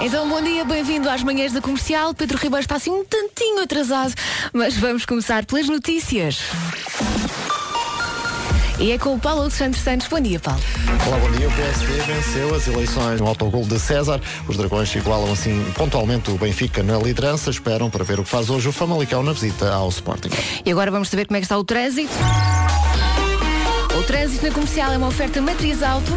Então, bom dia, bem-vindo às manhãs da comercial. Pedro Ribeiro está assim um tantinho atrasado, mas vamos começar pelas notícias. E é com o Paulo Alexandre Santos. Bom dia, Paulo. Olá, bom dia. O PSD venceu as eleições no autogol de César. Os dragões igualam assim pontualmente o Benfica na liderança. Esperam para ver o que faz hoje o Famalicão na visita ao Sporting. E agora vamos saber como é que está o trânsito. O trânsito na comercial é uma oferta matriz alto.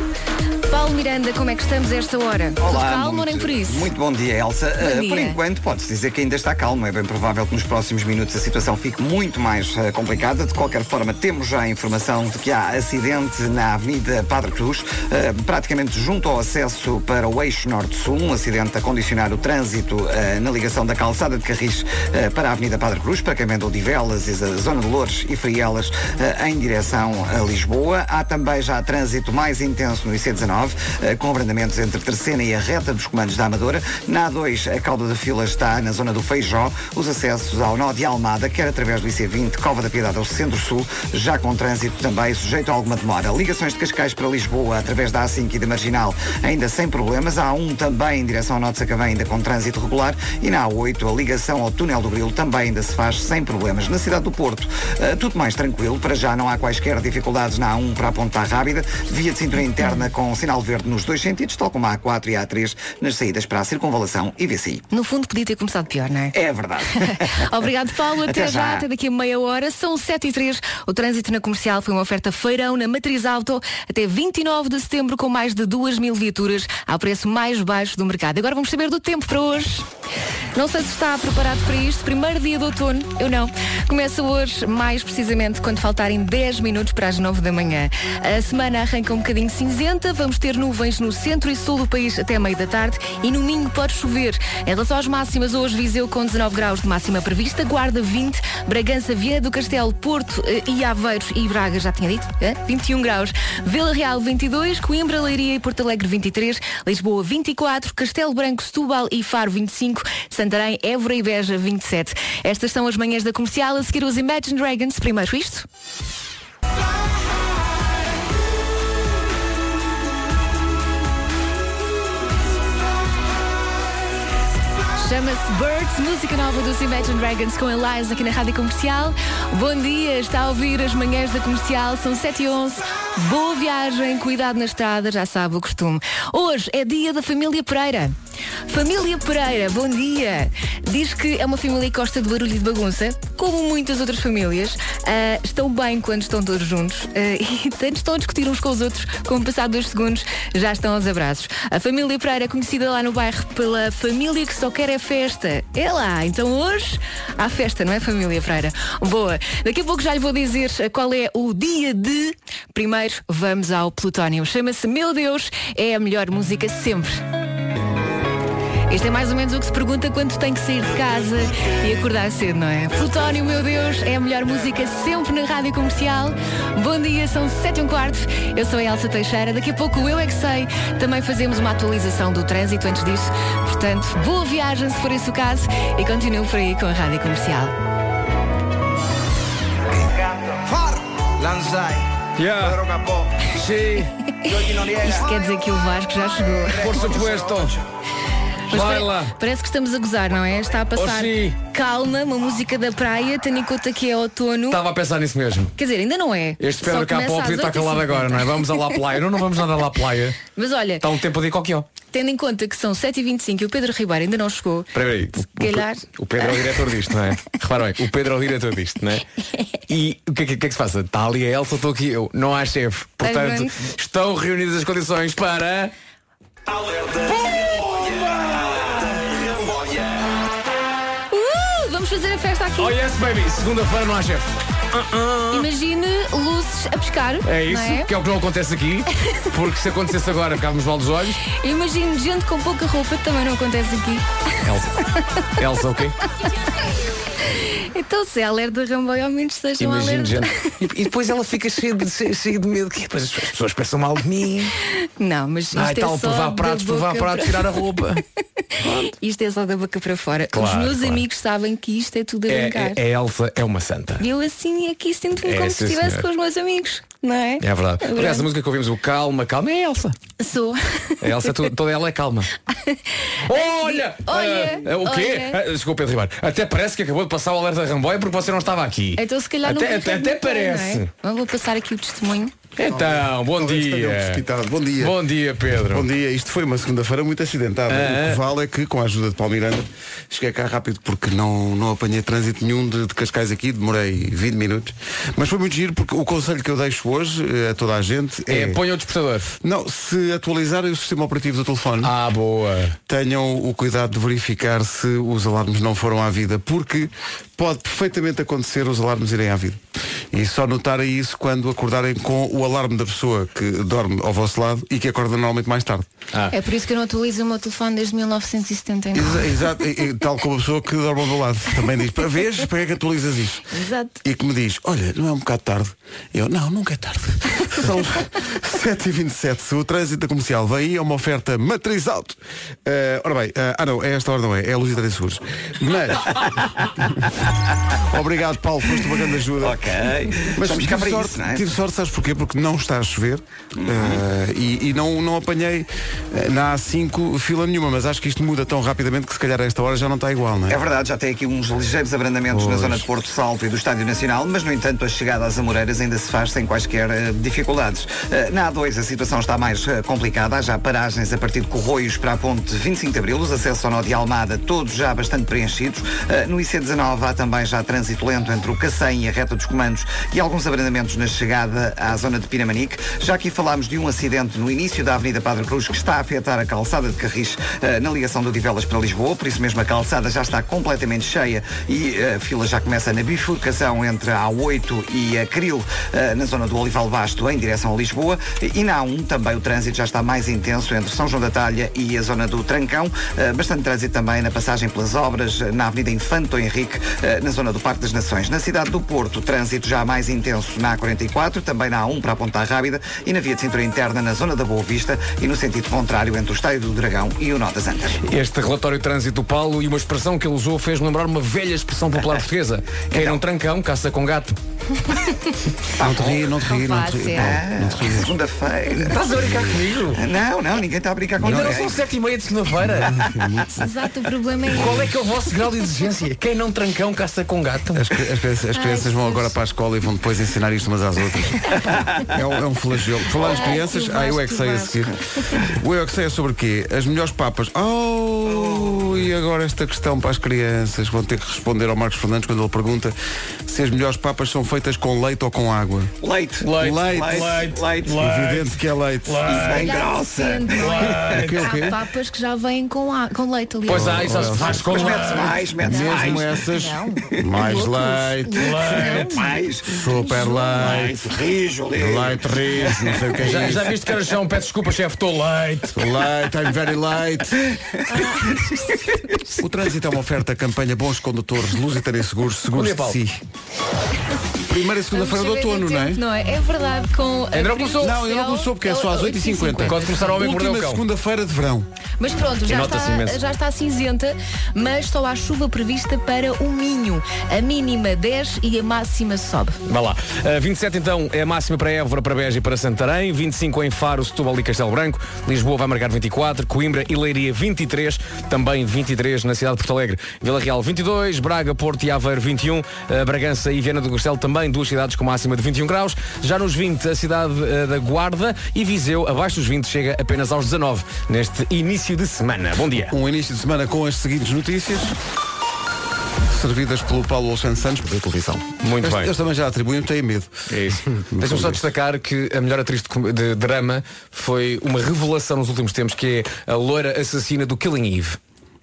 Paulo Miranda, como é que estamos a esta hora? Tudo calmo ou nem por isso? Muito bom dia, Elsa. Bom Ah, dia. Por enquanto, pode-se dizer que ainda está calmo. É bem provável que nos próximos minutos a situação fique muito mais ah, complicada. De qualquer forma, temos já a informação de que há acidente na Avenida Padre Cruz, ah, praticamente junto ao acesso para o eixo norte-sul. Um acidente a condicionar o trânsito ah, na ligação da calçada de Carris ah, para a Avenida Padre Cruz, para quem vem de Odivelas, e da Zona de Loures e Frielas, ah, em direção a Lisboa. Há também já trânsito mais intenso no IC19, eh, com abrandamentos entre Terceira e a reta dos comandos da Amadora. Na A2, a cauda da fila está na zona do Feijó. Os acessos ao nó de Almada, quer através do IC20, Cova da Piedade ao Centro-Sul, já com trânsito também sujeito a alguma demora. Ligações de Cascais para Lisboa, através da A5 e da Marginal, ainda sem problemas. A A1 também em direção ao Nó de Sacavém, ainda com trânsito regular. E na A8, a ligação ao Túnel do Grilo também ainda se faz sem problemas. Na cidade do Porto, eh, tudo mais tranquilo. Para já não há quaisquer dificuldades na A1 para a Ponta Rábida. Via de cintura interna com sinal verde nos dois sentidos, tal como a A4 e a A3 nas saídas para a Circunvalação e VCI. No fundo, podia ter começado pior, não é? É verdade. Obrigado, Paulo. Até, Até já. já. até daqui a meia hora. São 7 e três. O trânsito na comercial foi uma oferta feirão na Matriz Auto até 29 de setembro com mais de 2 mil viaturas ao preço mais baixo do mercado. Agora vamos saber do tempo para hoje. Não sei se está preparado para isto. Primeiro dia de outono, eu não. Começa hoje, mais precisamente, quando faltarem 10 minutos para as 9 da manhã. A semana arranca um bocadinho cinzenta. Vamos ter nuvens no centro e sul do país até meio da tarde e no Minho pode chover. Em relação às máximas, hoje Viseu com 19 graus de máxima prevista, Guarda 20, Bragança, Vieira do Castelo, Porto eh, e Aveiros e Braga, já tinha dito, eh? 21 graus, Vila Real 22, Coimbra, Leiria e Porto Alegre 23, Lisboa 24, Castelo Branco, Setúbal e Faro 25, Santarém, Évora e Beja 27. Estas são as manhãs da comercial, a seguir os Imagine Dragons, primeiro isto. Chama-se Birds, música nova dos Imagine Dragons com Elias aqui na Rádio Comercial. Bom dia, está a ouvir as manhãs da comercial, são 7 e 11 Boa viagem, cuidado na estrada, já sabe o costume. Hoje é dia da família Pereira. Família Pereira, bom dia. Diz que é uma família que gosta de barulho e de bagunça, como muitas outras famílias. Ah, estão bem quando estão todos juntos ah, e tanto estão a discutir uns com os outros, como passado dois segundos já estão aos abraços. A família Pereira é conhecida lá no bairro pela família que só quer é festa. É lá, então hoje há festa, não é família Pereira? Boa, daqui a pouco já lhe vou dizer ah, qual é o dia de. Primeiro vamos ao Plutónio. Chama-se Meu Deus, é a melhor música sempre. Isto é mais ou menos o que se pergunta quando tem que sair de casa e acordar cedo, não é? Plutónio, meu Deus, é a melhor música sempre na rádio comercial. Bom dia, são 7 e um quarto. Eu sou a Elsa Teixeira. Daqui a pouco o Eu É Que Sei. Também fazemos uma atualização do trânsito antes disso. Portanto, boa viagem se for esse o caso e continuo por aí com a rádio comercial. Lanzai, Yeah. Pedro Capó, Sí, Jorge Noriega. Isto quer dizer que o Vasco já chegou. por supuesto. Mas Vai pare- lá. Oh, Parece que estamos a gozar, não é? Está a passar sim. calma, uma música da praia, tendo em conta que é outono. Estava a pensar nisso mesmo. Quer dizer, ainda não é. Este Só Pedro começa Capó às podia estar calado 8h50. agora, não é? Vamos a La Playa. Não, não vamos nada a La Playa. Mas olha, Está um tempo de coquinho. tendo em conta que são 7h25 e o Pedro Ribeiro ainda não chegou. Espera aí. O- Se calhar. O, Pe- o Pedro é o diretor disto, não é? Reparem, o Pedro é o diretor disto, não é? E o que, é que- o que é que se passa? Está ali a Elsa, estou aqui eu. Não há chefe. Portanto, bem? estão reunidas as condições para... Uh, vamos fazer a festa aqui. Oh yes, baby! Segunda-feira não há chefe. Imagine luzes a pescar. É isso, Não é? que é o que não acontece aqui. Porque se acontecesse agora, ficávamos mal dos olhos. Imagine gente com pouca roupa, que também não acontece aqui. Elsa. Elsa, o quê? Então, se é alerta do Ramboy, ao menos sejam Imagino alerta. gente. E, e depois ela fica cheia de, cheia, cheia de medo. Que, depois as pessoas pensam mal de mim. Não, mas isto Ai, é tal, só provar da pratos, provar boca pratos, tirar a roupa. para- Isto é só da boca para fora. Os Claro, meus claro. amigos sabem que isto é tudo a É, brincar. é, é Elsa é uma santa. E eu assim aqui sinto-me É, como sim, se estivesse senhora. com os meus amigos. não é? É verdade. Agora- Aliás, a música que ouvimos, o Calma, Calma, é a Elsa. Sou. A Elsa, tu- toda ela é calma. Olha! Olha, Ah, o quê? olha. Ah, desculpa, Pedro Ribeiro. Até parece que acabou de passar o alerta Ramboia porque você não estava aqui. Então se calhar não Até, me até, até revoltei, parece. não é? Mas vou passar aqui o testemunho. Então, bom Talvez tenham dia. precipitado. Bom dia. Bom dia, Pedro. Bom dia, isto foi uma segunda-feira muito acidentada. Ah, O que vale é que, com a ajuda de Paulo Miranda, cheguei cá rápido porque não, não apanhei trânsito nenhum de, de Cascais aqui, demorei 20 minutos. Mas foi muito giro porque o conselho que eu deixo hoje eh, a toda a gente é. É, ponha o despertador. Não, se atualizarem o sistema operativo do telefone, Ah, boa. tenham o cuidado de verificar se os alarmes não foram à vida, porque pode perfeitamente acontecer os alarmes irem à vida. E só notarem isso quando acordarem com o alarme da pessoa que dorme ao vosso lado e que acorda normalmente mais tarde. Ah. É por isso que eu não atualizo o meu telefone desde 1979. Exa- Exato, e- e tal como a pessoa que dorme ao meu lado também diz, para vês, para que é que atualizas isto? Exato. E que me diz, olha, não é um bocado tarde. Eu, não, nunca é tarde. São 7h27. Se o trânsito da comercial vem aí, é uma oferta matriz alto. Eh, ora bem, eh, ah não, é esta hora não é, é a luz e três seguros. Mas. Obrigado, Paulo, foste uma grande ajuda. Ok. Mas Estamos tive cá para sorte, isso, não é? Uhum. tive sorte, sabes porquê? Porque não está a chover eh, e, e não, não apanhei eh, na A5 fila nenhuma, mas acho que isto muda tão rapidamente que se calhar a esta hora já não está igual, não é? É verdade, já tem aqui uns ligeiros abrandamentos na zona de Porto Salto e do Estádio Nacional, mas no entanto a chegada às Amoreiras ainda se faz sem quaisquer eh, dificuldades. Eh, na A2 a situação está mais eh, complicada, há já paragens a partir de Corroios para a ponte 25 de Abril, os acessos ao nó de Almada todos já bastante preenchidos. Eh, no IC19 há também já trânsito lento entre o Cacém e a reta dos comandos e alguns abrandamentos na chegada à zona de Pinamanique. Já aqui falámos de um acidente no início da Avenida Padre Cruz que está a afetar a calçada de Carris eh, na ligação do Divelas para Lisboa, por isso mesmo a calçada já está completamente cheia e eh, a fila já começa na bifurcação entre a A8 e a Cril, eh, na zona do Olival Basto, em direção a Lisboa. E na A1 também o trânsito já está mais intenso entre São João da Talha e a zona do Trancão. Eh, Bastante trânsito também na passagem pelas obras eh, na Avenida Infanto Henrique, eh, na zona do Parque das Nações. Na cidade do Porto, o trânsito já mais intenso na A44, também na A1 para a Ponta Rábida e na via de cintura interna na zona da Boa Vista e no sentido contrário entre o Estádio do Dragão e o Nó das Antas. Este relatório de trânsito do Paulo e uma expressão que ele usou fez lembrar uma velha expressão popular portuguesa. Quem não trancão, caça com gato. Não te ri, não te ri, não te ri. Não Paulo, Ah, Segunda-feira. Estás a brincar comigo? Não, não, ninguém está a brincar com Ainda não ninguém. são sete e meia de segunda-feira. Exato, o problema é Qual é que é o vosso grau de exigência? Quem não trancão, caça com gato. As, cri- as crianças, as crianças vão agora para a escola e vão depois ensinar isto umas às outras. É um, é um flagelo. Falar as Ai, crianças, tu ah, eu vais, é que tu sei a vais. seguir. O eu é que sei é sobre quê? As melhores papas. Oh, e agora esta questão para as crianças. Vão ter que responder ao Marcos Fernandes quando ele pergunta se as melhores papas são feitas com leite ou com água. Leite. Leite, leite, Leite. Leite. Evidente que é leite. Bem Olhar grossa. sendo, não Ah, é? O quê, o quê? Há papas que já vêm com, a- com leite ali. Pois há, isso faz com Mas mete-se gato. mais, mete-se mais. Mesmo essas. Não. Mais Loucos. leite. Mete-se mais. Super leite. Mais rijo ali. Leite riso, não sei o que é Já, isso. já viste que era chão? Peço desculpa, chefe, estou leite. Light, I'm very light. o trânsito é uma oferta campanha Bons Condutores, Lusitânia Seguros, Seguros Olha, de Paulo. Si. Primeira e segunda-feira do Vamos saber outono, do não é? tempo, Não é? É verdade, com. a Ainda não começou. previsão- Não, ainda não começou porque é só às 8h50. Quando começar o Homem que Mordeu o Última Cão. segunda-feira de verão. Mas pronto, já nota-se imenso. está, já está cinzenta, mas só há chuva prevista para o Minho. A mínima 10 e a máxima sobe. Vá lá. Ah, 27 então é a máxima para Évora, para Beja e para Santarém. 25 em Faro, Setúbal e Castelo Branco. Lisboa vai marcar 24. Coimbra e Leiria 23. Também 23 na cidade de Porto Alegre. Vila Real 22. Braga, Porto e Aveiro 21. ah, Bragança e Viana do Castelo também duas cidades com máxima de 21 graus. Já nos 20 a cidade ah, da Guarda e Viseu abaixo dos 20 chega apenas aos 19 neste início de semana. Bom dia. Um início de semana com as seguintes notícias. Servidas pelo Paulo Alexandre Santos. da televisão. Muito Eles, bem. eles também já atribuem, têm medo. É isso. Deixa-me só destacar que a melhor atriz de, com- de drama foi uma revelação nos últimos tempos, que é a loira assassina do Killing Eve.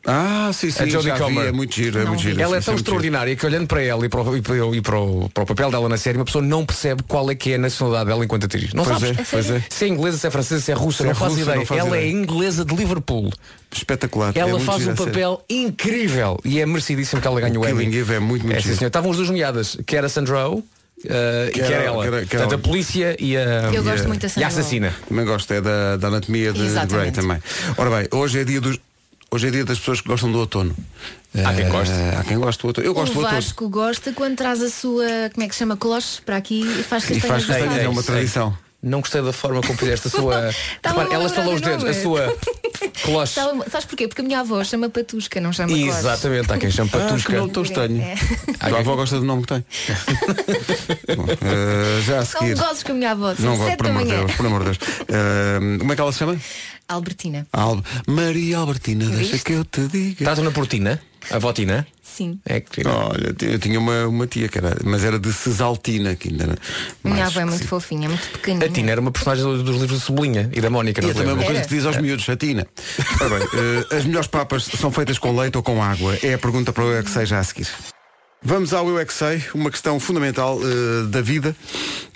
Ah, sim, sim, A Jodie já vi, Comer. é muito giro, é muito giro. Ela é sim, tão sim, muito giro. extraordinária que olhando para ela e para, o, e para o- e para o- para o papel dela na série, uma pessoa não percebe qual é que é a nacionalidade dela enquanto atriz. Não Pois sabes é, pois é. se é inglesa, se é francesa, se é russa, Se é não faz russa, ideia. não faz ela é ideia. inglesa de Liverpool. Espetacular. é Ela muito faz giro um a série. papel incrível e é merecidíssimo que ela ganhe o, O Killing Emmy. Eve é muito, muito É, sim, giro. senhor. Estavam os dois nomeadas, que era a Sandra Oh, eh, e que era- era ela. que era- que era Portanto, a ela. polícia e a, Eu e a- gosto muito da e a Sandra Oh. assassina. Também gosto, é da, da anatomia de Exatamente. Grey também. Ora bem, hoje é dia dos. Hoje é dia das pessoas que gostam do outono. Há quem Eh, goste. Há quem goste do outono. Eu gosto o do outono. Vasco gosta quando traz a sua, como é que se chama, cloche para aqui e faz E faz castanhas castanhas, assadas. é uma tradição. Não gostei da forma como fizeste a sua. Estava-me Repara, a ela lembrar estalou do os dedos, nome. a sua cloche. Sabe- Sabes porquê? Porque a minha avó chama patusca, não chama cloche. Exatamente, há quem chama Acho Ah, que patusca. não tão estranho. É. A tua avó gosta do nome que tem. Bom, eh, já a Não seguir. gozes com a minha avó, são Não vou, sete por da amor de manhã. Deus, por amor de Deus. Eh, como é que ela se chama? Albertina, Al- Maria Albertina, deixa Viste? que eu te diga. Estás na Portina? A votina? sim. É que. Olha, t- eu tinha uma, uma tia que era, mas era de Cesaltina, que ainda era Minha mais avó é muito esquisito. fofinha, muito A pequenina. Tina era uma personagem do- dos livros de Sublinha e da Mónica, E não é te também uma lembras? coisa que diz aos miúdos, a Tina. Ora bem, eh, as melhores papas são feitas com leite ou com água? É a pergunta para o Eu É Que Sei já a seguir. Vamos ao Eu É Que Sei, uma questão fundamental eh, da vida,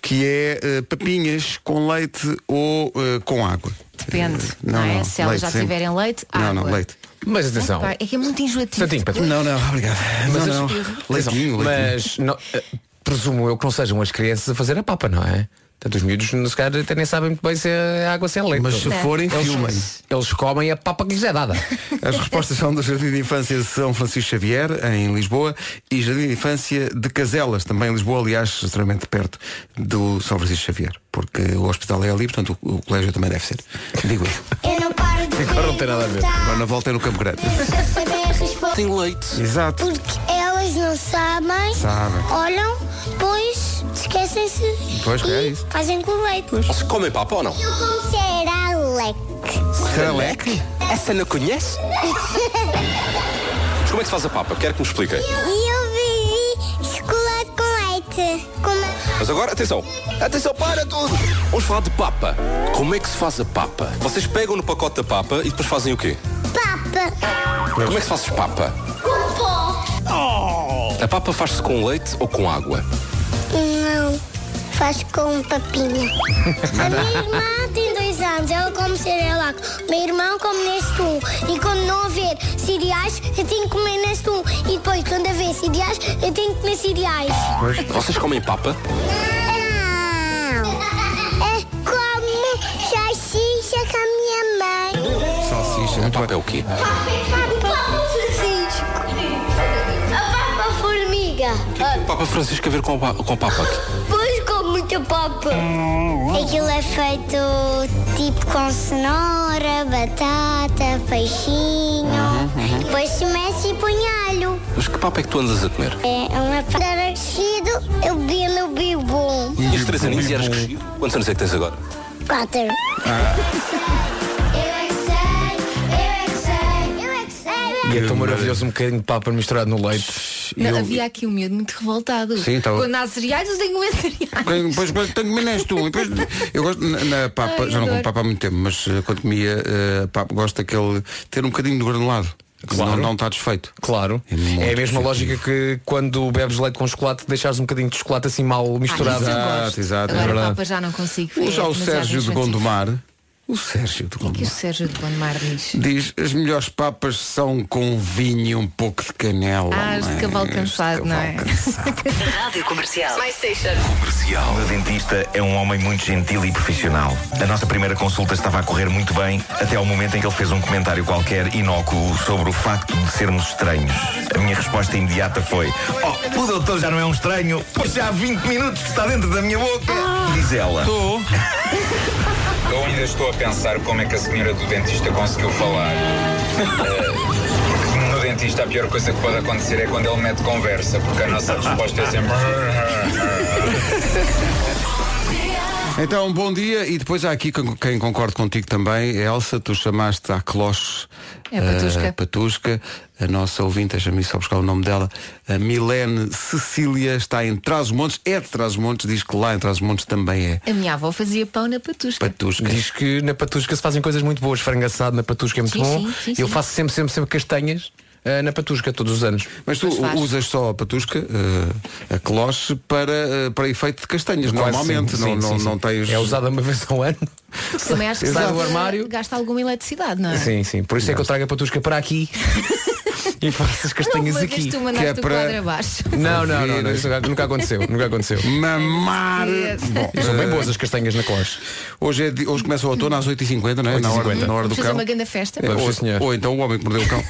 que é eh, papinhas com leite ou eh, com água. Depende, Eh, não, é? Se elas leite já sempre. tiverem leite, Não, água. não, leite. Mas atenção. Pá, É que é muito enjoativo. Santinho, Pedro. Não, não, obrigado. Mas é não, não. eu- Leitinho, leitinho. Mas não, eh, presumo eu que não sejam as crianças a fazer a papa, não é? Portanto, os miúdos, se calhar, até nem sabem muito bem se é água sem leite. Mas se Eles- forem, filmem. eles, eles comem a papa que lhes é dada. As respostas são do Jardim de Infância de São Francisco Xavier, em Lisboa, e Jardim de Infância de Caselas, também em Lisboa, aliás, extremamente perto do São Francisco Xavier, porque o hospital é ali, portanto o, o colégio também deve ser. Digo eu. Eu não paro de Agora não tem nada a ver. Agora na volta é no Campo Grande. perguntar se saber a resposta. Exato. Porque elas não sabem, Sabem. olham, depois esquecem-se Pois, e é isso. fazem com leite. Se comem papa ou não? Eu comecei a leque. Sereleque? Essa não conhece? Mas como é que se faz a papa? Quero que me expliquem. E eu vivi chocolate com leite. Com uma... Mas agora, atenção. Atenção, para tudo. Vamos falar de papa. Como é que se faz a papa? Vocês pegam no pacote da papa e depois fazem o quê? Papa. Como é que se faz papa? Com pó. A papa faz-se com leite ou com água? Não. Faz com papinha. A minha irmã tem dois anos, ela come cerealac. Meu irmão come neste um. E quando não haver cereais, eu tenho que comer neste um. E depois, quando haver cereais, eu tenho que comer cereais. Vocês comem papa? Não. É como salsicha com a minha mãe. Salsicha, muito Papa é o quê? O Papa Francisco. A Papa Formiga. Papa Francisco a ver com, a, pa- com papa? Pois com muita papa. Aquilo é feito tipo com cenoura, batata, peixinho. Depois se mexe e põe alho. Mas que papa é que tu andas a comer? É uma pata crescido, eu vi no bibum. E os três aninhos e eras crescido? Quantos anos é que tens agora? Quatro. Eu é que sei, eu é que sei, eu é que sei. E é tão maravilhoso um bocadinho de papa misturado no leite. Não, Havia aqui um miúdo muito revoltado. Sim, então- tava- Quando há cereais, eu tenho que comer cereais. Depois, depois tenho que comer neste um. E Depois, eu gosto na, na papa, Ai, já não como adoro. papa há muito tempo, mas eh, quando comia eh, papa, gosto daquele ter um bocadinho de granulado. que Claro. Não, não está desfeito. Claro. É muito É a mesma positivo. lógica que quando bebes leite com chocolate, deixares um bocadinho de chocolate assim mal misturado. Ah, isso eu gosto. Exato, exato, Ah, é Agora verdade. papa já não consigo. O- é Já o demasiado Sérgio de enjoativo. Gondomar. O Sérgio de O que é que o Gondomar. Sérgio de Gondomar diz? Diz, as melhores papas são com vinho e um pouco de canela. Ah, as de não é? cavalo As de cansado, não é? cavalo cansado. Rádio Comercial. O meu dentista é um homem muito gentil e profissional. A nossa primeira consulta estava a correr muito bem, até ao momento em que ele fez um comentário qualquer inócuo sobre o facto de sermos estranhos. A minha resposta imediata foi: Oh, o doutor já não é um estranho, pois já há 20 minutos que está dentro da minha boca. Ah. Diz ela. Eu ainda estou a pensar como é que a senhora do dentista conseguiu falar. Eh, porque No dentista a pior coisa que pode acontecer é quando ele mete conversa, porque a nossa resposta é sempre. Então, bom dia. E depois há aqui quem- quem concorde contigo também. Elsa, tu chamaste à cloche É Patusca. eh, Patusca. A nossa ouvinte, deixa-me só buscar o nome dela. A Milene Cecília está em Trás-os-Montes. É de Trás-os-Montes. Diz que lá em Trás-os-Montes também é A minha avó fazia pão na patusca. Patusca. Diz que na patusca se fazem coisas muito boas. Frango assado na patusca é muito Sim, bom. sim, sim, eu sim. faço sempre, sempre, sempre castanhas ah, na patusca todos os anos. Mas tu Mas faz. usas só a patusca, eh, a cloche, para, eh, para efeito de castanhas, Quase normalmente. sempre. não, é assim. Sim, não, sim, não sim. tens. É usada uma vez ao ano. Porque também acho que Sai gasta- do armário. gasta alguma eletricidade, não é? Sim, sim. Por isso é que eu trago a patusca para aqui. e faço as Não castanhas uma vez aqui. tu mandaste é o para- quadro abaixo. Não, não, não, não, isso nunca aconteceu, nunca aconteceu. Mamar. É Yes. Bom, E são bem eh, boas as castanhas na coche. Hoje, é, di- hoje começa o outono às 8h50, não é? Na hora, na hora do Vamos fazer cão. uma grande festa. Vamos, Ou, sim, senhor. ou então o homem que mordeu o cão.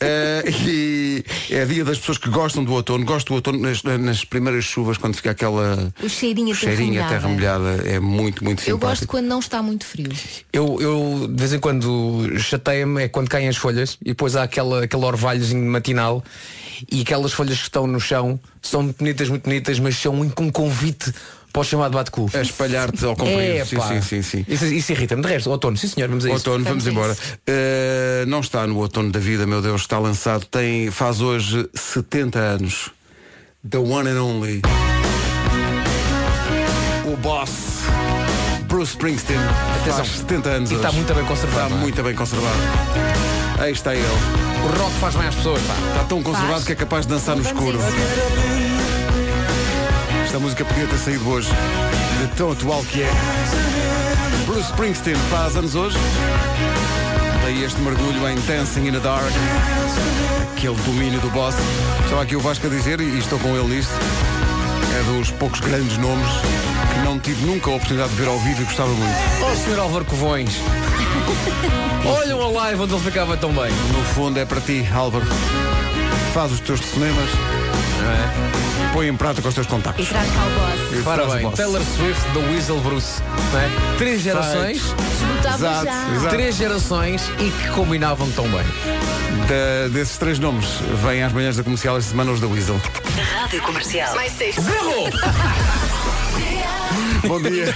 Eh, e é dia das pessoas que gostam do outono, gosto do outono nas, nas primeiras chuvas, quando fica aquela O cheirinho a terra cheirinho a terra molhada. É muito, muito Eu gosto simpático. quando não está muito frio. Eu, eu de vez em quando chateia-me é quando caem as folhas e depois há aquela, aquele orvalhozinho matinal e aquelas folhas que estão no chão são muito bonitas, muito bonitas, mas são um um convite para o chamado bate-cu. A espalhar-te ao comprido. É, sim, pá. É, sim, sim, sim. Isso, isso irrita-me. De resto, outono, sim senhor, vamos a isso. Outono, vamos embora. Eh, não está no outono da vida, meu Deus, está lançado. Tem, faz hoje 70 anos. The one and only. O boss. Bruce Springsteen. Atenção. Faz 70 anos E está hoje. muito bem conservado, Está não é? muito bem conservado. Aí está ele. O rock faz bem às pessoas, pá. Está tão conservado que é capaz de dançar no Vamos escuro. a isso. Esta música podia ter saído hoje. De tão atual que é. Bruce Springsteen faz anos hoje. Daí este mergulho em Dancing in the Dark. Aquele domínio do boss. Estava aqui o Vasco a dizer, e estou com ele nisto. É dos poucos grandes nomes que não tive nunca a oportunidade de ver ao vivo e gostava muito. Oh, senhor Álvaro Covões. Olham a live onde ele ficava tão bem. No fundo é para ti, Álvaro. Faz os teus telefonemas. Põe em prática os teus E contactos. traz cá o boss. E faz o é? Parabéns. boss. Taylor Swift, The Weasel Bruce. não é? Três gerações, Esgotava Exato, já. exato. três gerações e que combinavam tão bem. Da- desses três nomes, vêm às manhãs da comercial esta semana os da Weasel. Rádio Comercial. Bom dia.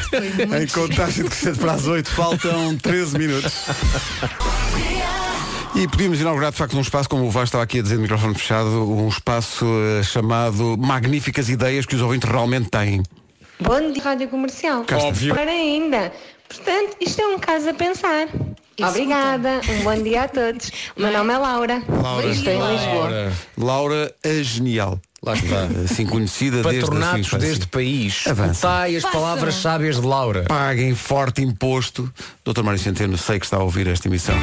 em contagem de crescente para as 8, faltam 13 minutos. E podíamos inaugurar de facto um espaço, como o Vasco estava aqui a dizer de microfone fechado, um espaço eh, chamado Magníficas Ideias que os ouvintes realmente têm. Bom dia, Rádio Comercial. Cá está. Para ainda. Portanto, isto é um caso a pensar. Obrigada, um bom dia a todos. O meu nome é Laura. Laura. Estou em Lisboa. Laura a genial. Lá está. Assim conhecida desde a sua Patronatos infância. deste país. Avança. Escutai as palavras sábias de Laura. paguem forte imposto. Dr. Mário Centeno, sei que está a ouvir esta emissão.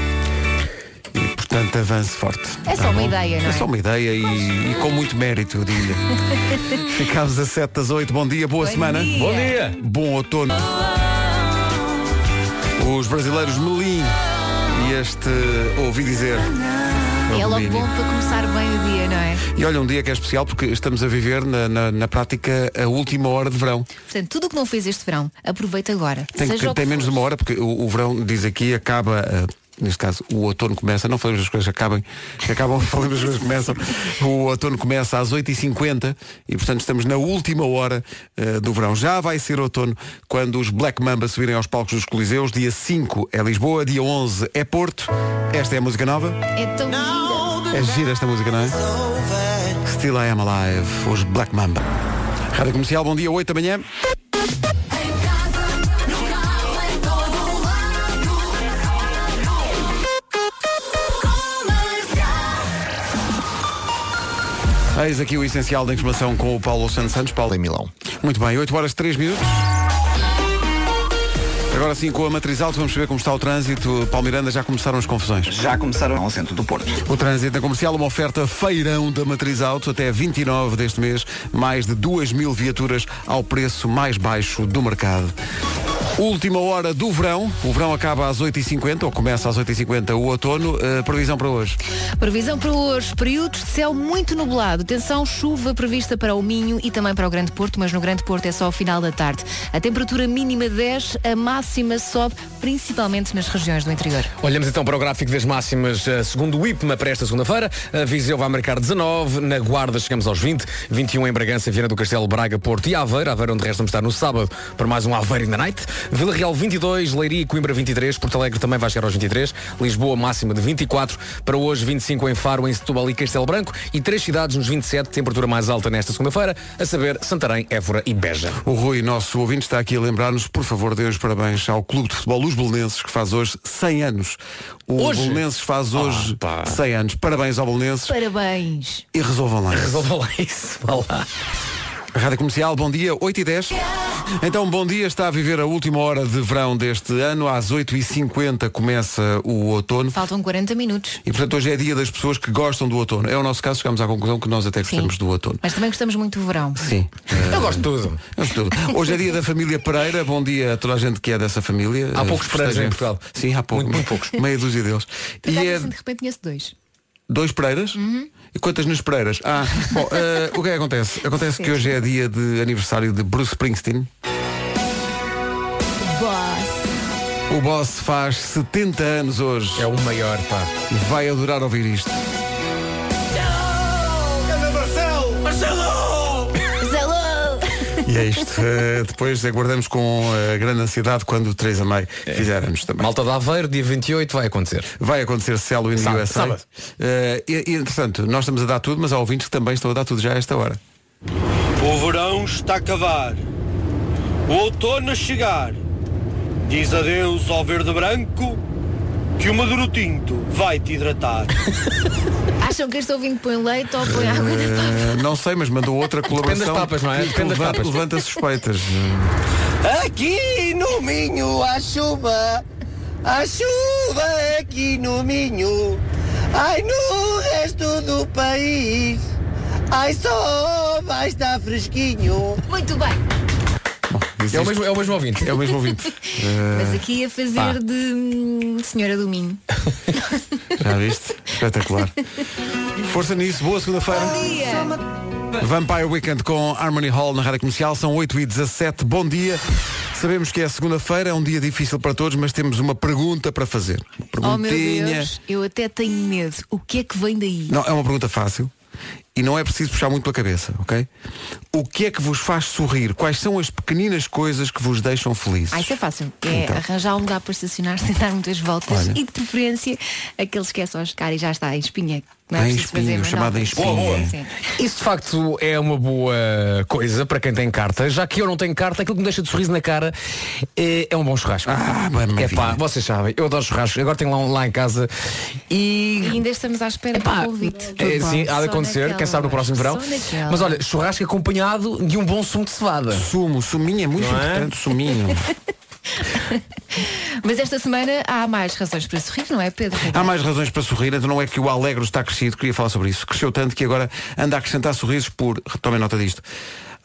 E, portanto, avance forte. É só Tá uma bom? ideia, não É é? só uma ideia e, e com muito mérito, eu digo-lhe. Ficámos a 7 das 8. Bom dia, boa semana. Bom dia. Bom outono. Os brasileiros Melim e este ouvi dizer. É logo domínio. bom para começar bem o dia, não é? E olha, um dia que é especial porque estamos a viver na, na, na prática a última hora de verão. Portanto, tudo o que não fez este verão, aproveita agora. Tem, que- Seja o que tem for. menos de uma hora, porque o, o verão, diz aqui, acaba. eh, Neste caso, o outono começa, não falamos das coisas que acabem, que acabam, falamos das coisas que começam. O outono começa às 8h50 e, portanto, estamos na última hora eh, do verão. Já vai ser outono quando os Black Mamba subirem aos palcos dos Coliseus. Dia 5 é Lisboa, dia 11 é Porto. Esta é a música nova. É tão gira. É gira esta música, não é? Still I Am Alive, os Black Mamba. Rádio Comercial, bom dia, 8 da manhã. Eis aqui o essencial da informação com o Paulo Santos Santos. Paulo, Em Milão. muito bem, 8 horas 3 minutos. Agora sim, com a matriz alto, vamos saber como está o trânsito. Paulo Miranda, já começaram as confusões. Já começaram ao centro do Porto. O trânsito na comercial, uma oferta feirão da Matriz Auto até 29 deste mês, mais de 2 mil viaturas ao preço mais baixo do mercado. Última hora do verão, o verão acaba às 8h50, ou começa às 8h50 o outono, Eh, previsão para hoje. Previsão para hoje, períodos de céu muito nublado, tensão chuva prevista para o Minho e também para o Grande Porto, mas no Grande Porto é só ao final da tarde. A temperatura mínima 10, a máxima sobe, principalmente nas regiões do interior. Olhamos então para o gráfico das máximas eh, segundo o IPMA para esta segunda-feira. A Viseu vai marcar 19, na Guarda chegamos aos 20, 21 em Bragança, Viana do Castelo, Braga, Porto e Aveiro. Aveiro onde resta estar no sábado para mais um Aveiro in the Night. Vila Real 22, Leiria e Coimbra 23, Porto Alegre também vai chegar aos 23, Lisboa máxima de 24, para hoje 25 em Faro, em Setúbal e Castelo Branco e três cidades nos 27, temperatura mais alta nesta segunda-feira, a saber Santarém, Évora e Beja. O Rui, nosso ouvinte, está aqui a lembrar-nos, por favor, dê os parabéns ao Clube de Futebol Os Belenenses, que faz hoje 100 anos. O Hoje? Ah, Belenenses faz hoje pá. 100 anos. Parabéns ao Belenenses Parabéns! e resolvam lá. Resolva lá isso, vá lá. Rádio Comercial, bom dia, 8 e 10. Então, bom dia, está a viver a última hora de verão deste ano. Às 8h50 começa o outono. Faltam 40 minutos. E portanto hoje é dia das pessoas que gostam do outono. É o nosso caso, chegamos à conclusão que nós até gostamos do outono. Mas também gostamos muito do verão. Sim. Eu gosto de tudo. Hoje é dia da família Pereira. Bom dia a toda a gente que é dessa família. Há Eh, poucos Pereiras festejam- em Portugal. Sim, há poucos. Muito poucos. Meia dúzia deles. Por Então, E acaso, é um- assim, de repente conheço dois. dois Pereiras? E quantas nas Pereiras? Ah, bom, eh, o que é que acontece? Acontece que hoje é dia de aniversário de Bruce Springsteen. O Boss faz 70 anos hoje. É o maior, pá. Vai adorar ouvir isto. Marcelo! Marcelo! Marcelo! E é isto. Eh, depois aguardamos com eh, grande ansiedade quando o 3 a maio É. fizer anos também. Malta de Aveiro, dia 28, vai acontecer. Vai acontecer Celo in the Sábado, USA. sábado. Eh, e, e, entretanto, nós estamos a dar tudo, mas há ouvintes que também estão a dar tudo já a esta hora. O verão está a acabar. O outono a chegar. Diz adeus ao verde branco que o maduro tinto vai te hidratar. Acham que este ouvinte põe leite ou põe água? Eh, não sei, mas mandou outra colaboração. das papas, não que- é? que Depende das levanta, papas. levanta suspeitas. Aqui no Minho há chuva, há chuva aqui no Minho, ai no resto do país, ai só vai estar fresquinho. Muito bem. É o, mesmo, é o mesmo ouvinte. É o mesmo ouvinte. Mas aqui a fazer pá. de hum, Senhora do Minho. Já viste? Espetacular. Força nisso, boa segunda-feira. Vampire Weekend com Harmony Hall na Rádio Comercial, são 8h17, bom dia. Sabemos que é segunda-feira, é um dia difícil para todos, mas temos uma pergunta para fazer. Uma Oh meu perguntinha. Deus, eu até tenho medo. O que é que vem daí? não, é uma pergunta fácil e não é preciso puxar muito pela cabeça, ok? O que é que vos faz sorrir? Quais são as pequeninas coisas que vos deixam felizes? Ah, isso é fácil. É Então. arranjar um lugar para estacionar sem dar muitas voltas Olha. e de preferência aqueles que é só chegar e já está em espinha. Não é Em preciso espinho, fazer manobras. chamado em espinho. Boa, boa. Sim, sim. Isso de facto é uma boa coisa para quem tem carta. Já que eu não tenho carta, aquilo que me deixa de sorriso na cara eh, é um bom churrasco. é pá, vocês sabem, eu adoro churrasco. Agora tenho lá, um- lá em casa e. E ainda estamos à espera do convite. eh, sim, Só há de acontecer, naquela quem sabe no próximo hora, verão. só naquela Mas olha, hora. churrasco acompanhado de um bom sumo de cevada. Sumo, suminho é muito importante, suminho. Mas esta semana há mais razões para sorrir, não é, Pedro? Há mais razões para sorrir, então não é que o Alegro está crescido, queria falar sobre isso. Cresceu tanto que agora anda a acrescentar sorrisos por, tomem nota disto,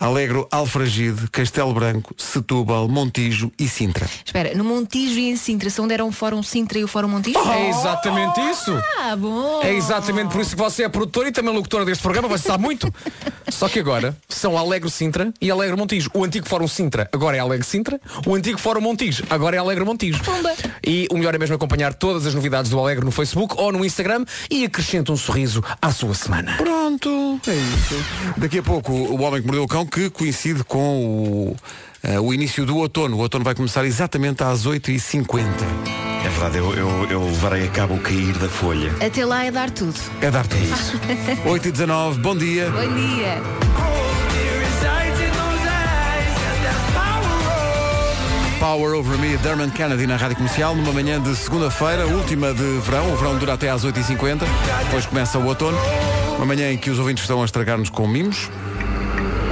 Alegro, Alfragide, Castelo Branco, Setúbal, Montijo e Sintra. Espera, no Montijo e em Sintra, são onde era o Fórum Sintra e o Fórum Montijo? Oh! É exatamente isso. Ah, bom. É exatamente por isso que você é produtor e também locutor deste programa, você sabe muito. Só que agora são Alegre Sintra e Alegre Montijo. O antigo Fórum Sintra agora é Alegre Sintra, o antigo Fórum Montijo agora é Alegre Montijo. E o melhor é mesmo acompanhar todas as novidades do Alegre no Facebook ou no Instagram e acrescenta um sorriso à sua semana. Pronto, é isso. Daqui a pouco o Homem que Mordeu o Cão, que coincide com o, eh, o início do outono. O outono vai começar exatamente às 8h50. É verdade, eu, eu, eu levarei a cabo o cair da folha. Até lá é dar tudo. É dar tudo isso. 8h19, bom dia. bom dia. Power Over Me, Dermot Kennedy na Rádio Comercial, numa manhã de segunda-feira, última de verão. O verão dura até às 8h50, depois começa o outono. Uma manhã em que os ouvintes estão a estragar-nos com mimos.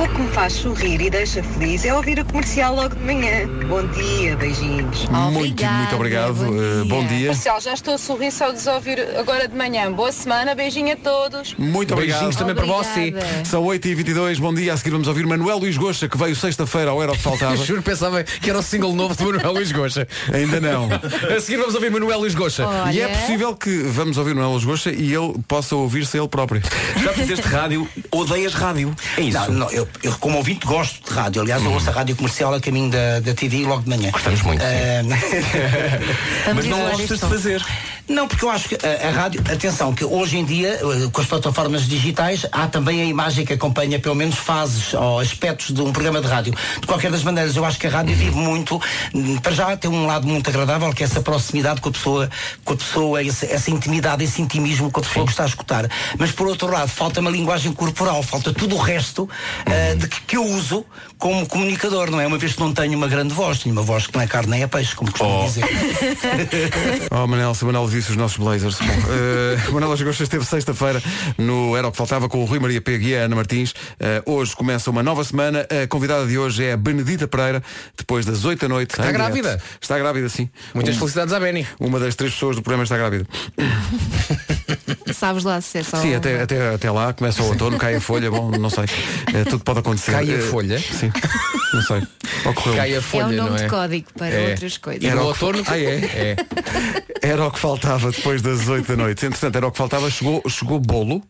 O que me faz sorrir e deixa feliz é ouvir o comercial logo de manhã. Bom dia, beijinhos. muito, muito obrigado. Eh, Bom dia. Marcelo, já estou a sorrir só de os ouvir agora de manhã. Boa semana, beijinho a todos. Muito obrigado. São 8h22, bom dia. A seguir vamos ouvir Manuel Luís Gosta, que veio sexta-feira ao Era o que Faltava. Eu juro, pensava que era o single novo de Manuel Luís Goxa. Ainda não. A seguir vamos ouvir Manuel Luís Goxa. E é possível que vamos ouvir Manuel Luís Gosta e ele possa ouvir-se ele próprio. Já fizeste rádio, odeias rádio. É isso. Não, não, eu, eu, como ouvinte gosto de rádio. Aliás, eu ouço a rádio comercial a caminho da, da TV logo de manhã. Gostamos muito. Ah, mas não é um Vamos gostas de isto. fazer. Não, porque eu acho que a, a rádio, atenção, que hoje em dia, eh, com as plataformas digitais, há também a imagem que acompanha pelo menos fases ou aspectos de um programa de rádio. De qualquer das maneiras, eu acho que a rádio vive muito, hum, para já tem um lado muito agradável, que é essa proximidade com a pessoa, com a pessoa, esse- essa intimidade, esse intimismo com a pessoa que está a escutar. Mas por outro lado, falta uma linguagem corporal, falta tudo o resto Uhum. eh, de que, que eu uso como comunicador, não é? Uma vez que não tenho uma grande voz, tenho uma voz que não é carne nem é peixe, como costumo dizer. Oh, Manel, se o Manel visse os nossos blazers. Bom, eh, Manuela Jagosta esteve sexta-feira no Era o que Faltava com o Rui Maria Pego e a Ana Martins. Eh, hoje começa uma nova semana. A convidada de hoje é a Benedita Pereira, depois das 8 da noite. Está em grávida. direto. Está grávida, sim. Muitas felicidades à Beni. Uma das três pessoas do programa está grávida. Sabes lá se é Ah. só. Sim, até, até, até lá começa o outono, cai a folha, bom, não sei. Eh, tudo pode acontecer. Cai a Eh, folha? Sim. Não sei. Ocorreu. Cai a é o nome de código para É. outras coisas. Era o que- Ah, é? Era o que faltava depois das 8 da noite. Entretanto, era o que faltava. Chegou, chegou bolo.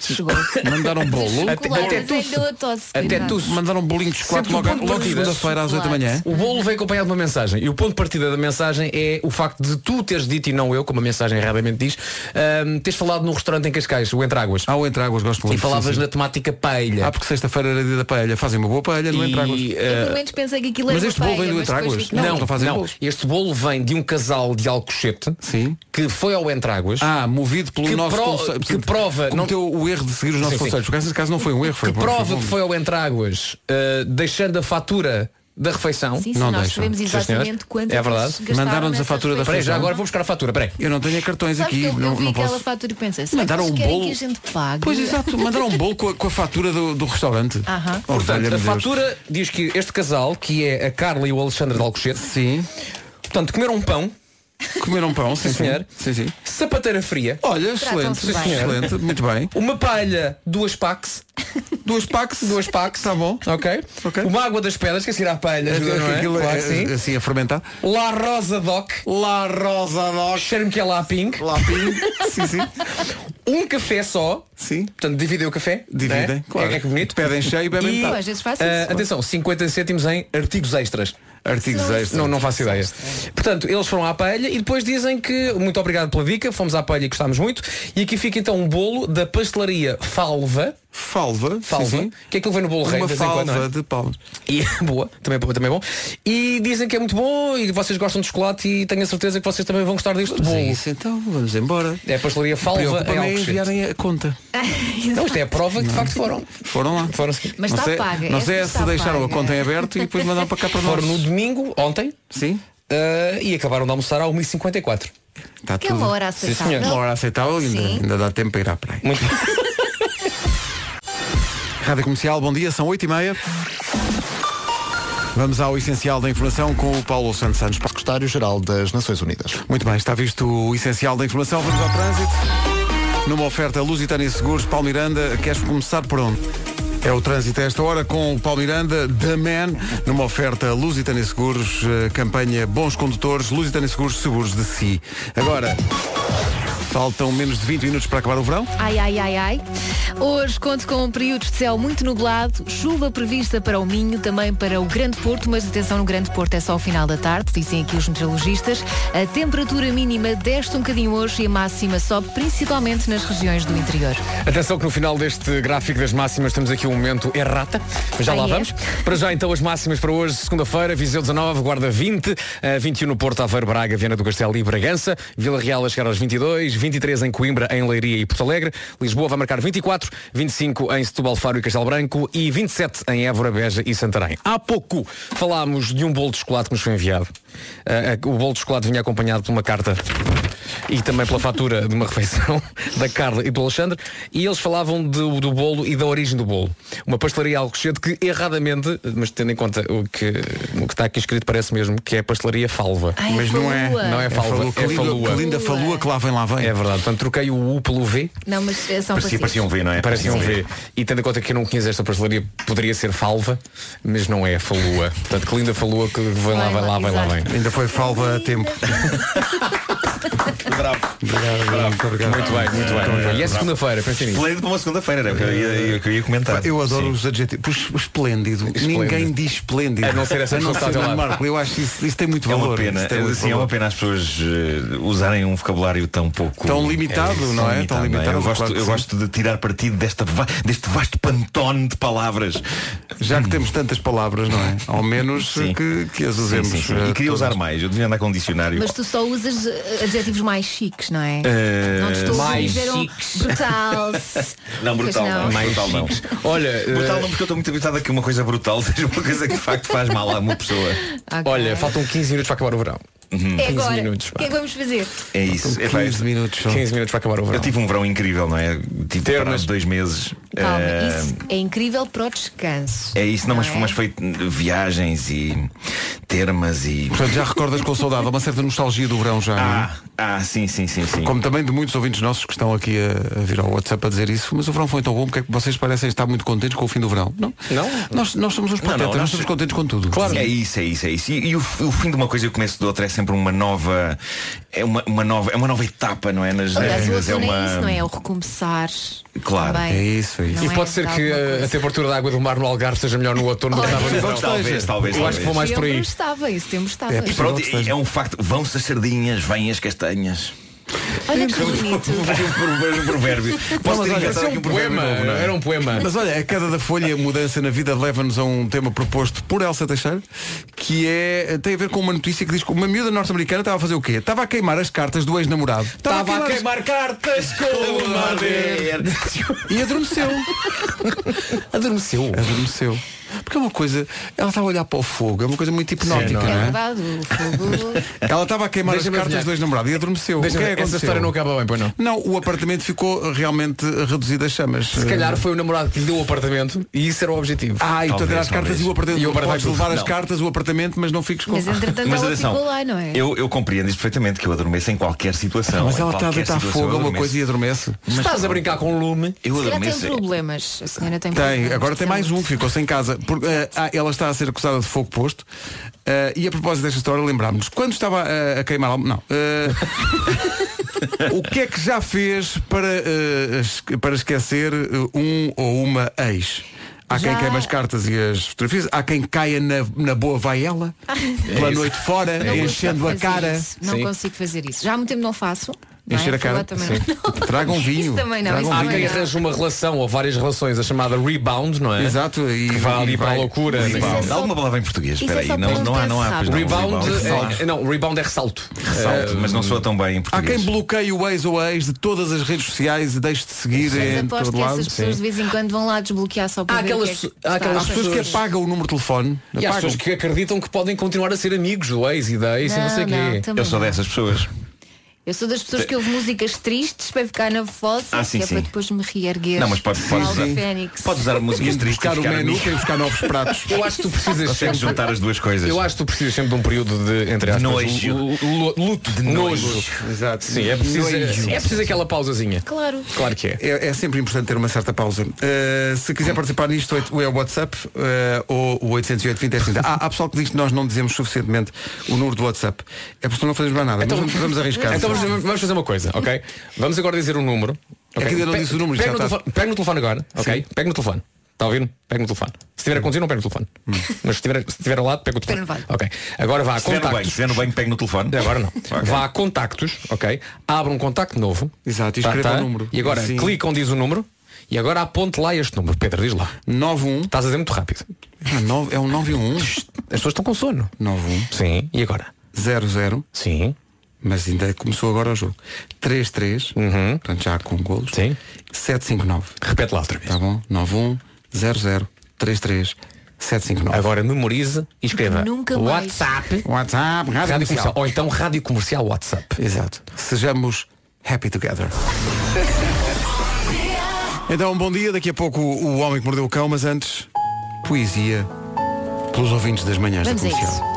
Chegou. Mandaram bolo. Até- até tosse. Deu a tosse, coitado. Mandaram um bolinho de chocolate Sempre o logo, ponto de logo partida. segunda-feira às 8 da manhã. O bolo vem acompanhado de uma mensagem. E o ponto de partida da mensagem é o facto de tu teres dito, e não eu, como a mensagem erradamente diz, hum, teres falado num restaurante em Cascais, o Entráguas. Ah, o Entráguas, gosto E muito, sim, falavas sim. na temática paella. Ah, porque sexta-feira era dia da paella. Fazem uma boa paella, não E, entra eh, Pelo menos pensei que aquilo era uma paella, mas depois vi Então, que Não, não. não, Este bolo vem de um casal de Alcochete que foi ao Entráguas. Ah, movido pelo que nosso pro- conselho. Que prova. Não teu o erro de seguir os nossos Sim, sim. conselhos. Porque nesse caso não foi um erro. Foi que foi prova bom. que foi ao Entráguas eh, deixando a fatura da refeição. Sim, sim, Não nós deixam. sabemos Sim, exatamente senhores. quanto é É que verdade. eles gastaram Mandaram-nos a nessa fatura da Peraí, refeição. já agora vou buscar a fatura. Peraí. Eu não tenho cartões Sabes que eu, eu vi aquela fatura e pensei, será Mandaram que um eles querem bolo? que a gente pague? Pois exato, mandaram um bolo com a, com a fatura do, do restaurante. Aham. Oh, Portanto, valha-me a Deus. fatura diz que este casal, que é a Carla e o Alexandre de Alcochete, sim. portanto, comeram um pão. Comeram um pão, sim, sim. senhor. Sim, sim. Sapateira fria. Olha, excelente, Tratam-se sim, bem. senhor. excelente, muito bem. Uma palha, duas packs. Duas packs? Duas packs, tá bom. Ok. Uma água das pedras, que assim irá a palha. ajuda, não é? Aquilo Claro é- que sim. assim a fermentar. La Rosa Doc. La Rosa Doc. Cheiro-me que é La Pink. La Pink. sim, sim. Um café só. Sim. Portanto, dividem o café. Dividem, né? claro. É, é que bonito. Pedem cheio e bebem E, metade. Às vezes faz ah, isso. Atenção, 50 cêntimos em artigos extras. Artigos São extras. Não, não faço ideia. Portanto, eles foram à paella e depois dizem que, muito obrigado pela dica, fomos à paella e gostámos muito. E aqui fica então um bolo da pastelaria Falva. Falva. Falva. sim. Que é que ele vem no bolo rei? Uma de vez em quando, não é? falva de palmas. E é boa, também, também bom. E dizem que é muito bom e vocês gostam de chocolate e tenho a certeza que vocês também vão gostar deste bolo. É isso então, vamos embora. É a pastelaria Falva em Preocupa-me é Alcochete. enviarem a conta. Não, isto é a prova que de facto foram. Foram lá. Foram Mas não está sei, paga, Não esta sei se está deixaram a paga. conta em aberto e depois mandaram para cá para nós. Foram no domingo, ontem. eh, Sim. e acabaram de almoçar à 1h54. Está Que é uma hora Sim, senhor. aceitável. Tá Uma hora aceitável ainda, Sim. ainda dá tempo para ir à praia. Muito Rádio Comercial, bom dia, são 8h30. Vamos ao essencial da informação com o Paulo Santos Santos. Secretário-Geral das Nações Unidas. Muito bem, está visto o essencial da informação. Vamos ao trânsito. Numa oferta Lusitânia Seguros, Paulo Miranda, queres começar por onde? É o trânsito a esta hora com o Paulo Miranda, The Man, numa oferta Lusitânia Seguros, eh, campanha Bons Condutores, Lusitânia Seguros, Seguros de Si. Agora, faltam menos de 20 minutos para acabar o verão. Ai, ai, ai, ai. Hoje conto com períodos de céu muito nublado, chuva prevista para o Minho, também para o Grande Porto, mas atenção, no Grande Porto é só o final da tarde, dizem aqui os meteorologistas. A temperatura mínima desce um bocadinho hoje e a máxima sobe principalmente nas regiões do interior. Atenção que no final deste gráfico das máximas temos aqui um momento errata, mas já Ah, lá é? vamos. Para já então as máximas para hoje, segunda-feira, Viseu 19, Guarda 20, eh, 21 no Porto, Aveiro, Braga, Viana do Castelo e Bragança, Vila Real a chegar aos 22, 23 em Coimbra, em Leiria e Porto Alegre, Lisboa vai marcar 24, 25 em Setúbal, Faro e Castelo Branco e 27 em Évora, Beja e Santarém. Há pouco falámos de um bolo de chocolate que nos foi enviado. Eh, eh, o bolo de chocolate vinha acompanhado por uma carta e também pela fatura de uma refeição da Carla e do Alexandre e eles falavam do, do bolo e da origem do bolo. Uma pastelaria Alcochete que erradamente, mas tendo em conta o que, o que está aqui escrito parece mesmo que é pastelaria Falva. Ai, é Mas não é. falua. Não é Falva, É falua. Que é linda- Falua. que linda falua que lá vem, lá vem. É verdade, portanto troquei o U pelo V. Não, mas eh, são parecidos. não é? Parecia um V. E tendo em conta que eu não conheço esta pastelaria, poderia ser Falva, mas não é Falua. Portanto, que linda Falua que vem lá, vem lá, vem lá, vem. Ainda foi falva a tempo. Bravo. Obrigado, muito obrigado. Muito bem, muito bem. E é segunda-feira, pensei nisso. Esplêndido para uma segunda-feira, era o que eu ia, eu, que eu ia comentar. Eh, Eu adoro os adjetivos. Pô, Esplêndido. Ninguém diz esplêndido. A não ser essa A não ser pessoa que está ao o teu lado. Marco. Eu acho isso, isso tem muito é valor. uma pena, Isso tem é, muito assim, é valor. uma pena as pessoas eh, usarem um vocabulário tão pouco eh, Tão limitado, não tão é? Tão não limitado, claro Eu, gosto, que eu sim. gosto de tirar partido desta, va- deste vasto pantone de palavras. Já que temos tantas palavras, não é? Ao menos que, que as usemos. Sim, sim, sim. eh, E queria todas. usar mais, eu devia andar com um dicionário. Mas tu só usas eh, adjetivos mais chiques, não é? Eh, não te estou a mais dizer um brutal. Não, brutal Pois não. não, Mais brutal não. Olha, eh, brutal não porque eu estou muito habituado a que uma coisa brutal seja uma coisa que de facto faz mal a uma pessoa. Olha, faltam 15 minutos para acabar o verão. Uhum. É 15 agora. minutos, o que é que vamos fazer? É isso. 15 minutos só. 15 minutos para acabar o verão. Eu tive um verão incrível, não é? Tive Termas. dois meses. Calma, eh, isso é incrível para o descanso. É isso, não, mas, Não é? mas foi viagens e termas e. Portanto, já recordas com saudade, há uma certa nostalgia do verão já. é? Ah, ah, sim, sim, sim, sim. Como também de muitos ouvintes nossos que estão aqui a, a vir ao WhatsApp a dizer isso, mas o verão foi tão bom, porque é que vocês parecem estar muito contentes com o fim do verão? Não? Não? Nós, nós somos uns Não, não, patetas, nós, nós- estamos contentes com tudo. É isso, é isso, é isso. E, e o, o fim de uma coisa e o começo de outra é sempre uma nova. É uma, uma nova, é uma nova etapa, não é? Nas, Aliás, o nas- outono é isso, não é? É o recomeçar. Claro, Também. é isso, é isso. Não E é? pode ser Dá que alguma eh, a temperatura da água do mar no Algarve seja melhor no outono do que Olha. estava no verão. Talvez, talvez, talvez, Eu acho que vou mais por Setembro aí. estava, em setembro estava. Pronto, é, um facto. Vão-se as sardinhas, vêm as castanhas. Olha que bonito. Vou fazer um pro- um provérbio. Posso ter inventado aqui um provérbio novo, não é? Mas olha, a queda da folha e a mudança na vida leva-nos a um tema proposto por Elsa Teixeira, que é, tem a ver com uma notícia que diz que uma miúda norte-americana estava a fazer o quê? Estava a queimar as cartas do ex-namorado. Estava a queimar cartas com madeira. E adormeceu. Adormeceu. Adormeceu. Porque é uma coisa, ela estava a olhar para o fogo, é uma coisa muito hipnótica, Sim, não não É é? verdade, o fogo. Ela estava a queimar Deixa-me as cartas adivinhar. do ex-namorado e adormeceu. Deixa-me o que é ver, que essa aconteceu? história não acaba bem, pois não? Não, o apartamento ficou realmente reduzido a chamas. Se calhar foi o namorado que lhe deu o apartamento e isso era o objetivo. Hum. Ah, e tu a tirar as cartas e o apartamento. E o Podes levar as Não. cartas, o apartamento, mas não fiques com Ah, Mas entretanto Mas ela atenção, ficou lá, não é? Eu, eu compreendo isto perfeitamente, que eu adormeço em qualquer situação. Mas em ela está a qualquer deitar situação eu fogo a uma adormeço. coisa e adormece. Estás a brincar com o lume. Eu Se calhar tem um adormeço. é problemas. A senhora tem, Tem, problemas. agora tem mais um, ficou sem casa. Porque, eh, ah, ela está a ser acusada de fogo posto. Eh, e a propósito desta história, lembrámos-nos, quando estava eh, a queimar algo. Não. eh, o que é que já fez para, eh, esque- para esquecer eh, um ou uma ex? Há quem Já- queima as cartas e as fotografias, há quem caia na, na boa vai ela, pela É isso. noite fora, Não consigo enchendo a fazer cara. isso. Não consigo fazer isso. Já há muito tempo não faço. não é? Encher a Falar cara, Também. sim. não. Tragam Isso também não. Um Isso Há também quem não. arranja uma relação ou várias relações, a chamada rebound, não é? Exato, e que vai ali para a loucura. Rebound. né? Dá alguma palavra em português, Isso espera é aí. só para Não, um não há, não há. pois não, Rebound, rebound. é, não, rebound é ressalto. Ressalto, mas não soa tão bem em Há quem português. bloqueie o ex ou ex de todas as redes sociais e deixe de seguir Mas em aposto todo que lado. essas pessoas de vez em quando vão lá desbloquear só para Há ver aquelas o que é pesso- que há está aquelas a Pessoas que acontecer. apagam o número de telefone. E há apagam. pessoas que acreditam que podem continuar a ser amigos do ex e da ex e não sei Não, o quê. não, também Eu sou não. dessas pessoas. Eu sou das pessoas que ouvem músicas tristes para ficar na fossa, Ah, sim, que é sim. para depois me reerguer. Não, mas pode, podes Alva usar, Fénix. podes usar músicas Ir tristes. buscar o menu, ir buscar novos pratos. Eu acho que tu precisas Consegues sempre- juntar as duas coisas. Eu acho que tu precisas sempre de um período de, entre aspas, Nojo. lu- lu- luto, de nojo. Exato. Sim, é preciso, Nojo. é preciso aquela pausazinha. Claro. Claro que é. É, é sempre importante ter uma certa pausa. Uh, se quiser participar nisto, oito- é o WhatsApp uh, ou o 808 20 30. Há, há pessoal que diz que nós não dizemos suficientemente o número do WhatsApp. É porque não fazemos mais nada. Mas vamos, vamos arriscar. Então vamos, vamos fazer uma coisa, ok? Vamos agora dizer o número. É que ok? ainda não Pe- disse o número, Pega já tá. no, está- telefone, pega no telefone agora, ok? Pega no telefone. Está a ouvir? Pega no telefone. Se estiver a conduzir, não pega no telefone. Hum. Mas se estiver, se estiver ao lado, pega o telefone. Ok. Agora vá a Se estiver no banho, se contactos. estiver no banho, pego no telefone. Agora não. Vá a contactos, ok? Abre um contacto novo. Exato, e Tá, escreva o tá? número. E agora Sim. clica onde diz o número e agora aponte lá este número. Pedro, diz lá. 91. Estás a dizer muito rápido. É, um. nove- é um 9 e 1. As pessoas estão com sono. 9 1. Sim. E agora? 0 0. Sim. Mas ainda começou agora o jogo. 3 3. Portanto, já com golos. Uhum. Sim. 7 5 9. Repete lá outra vez. Tá bom? 9 1 0 0 3 3 7 5 9. Agora memoriza e escreva Nunca mais. WhatsApp. WhatsApp, rádio, Rádio comercial. comercial. Ou então rádio comercial WhatsApp. Exato. Sejamos happy together. Então, bom dia. Daqui a pouco o Homem que Mordeu o Cão, mas antes, poesia pelos ouvintes das manhãs Vamos a da comercial. isso.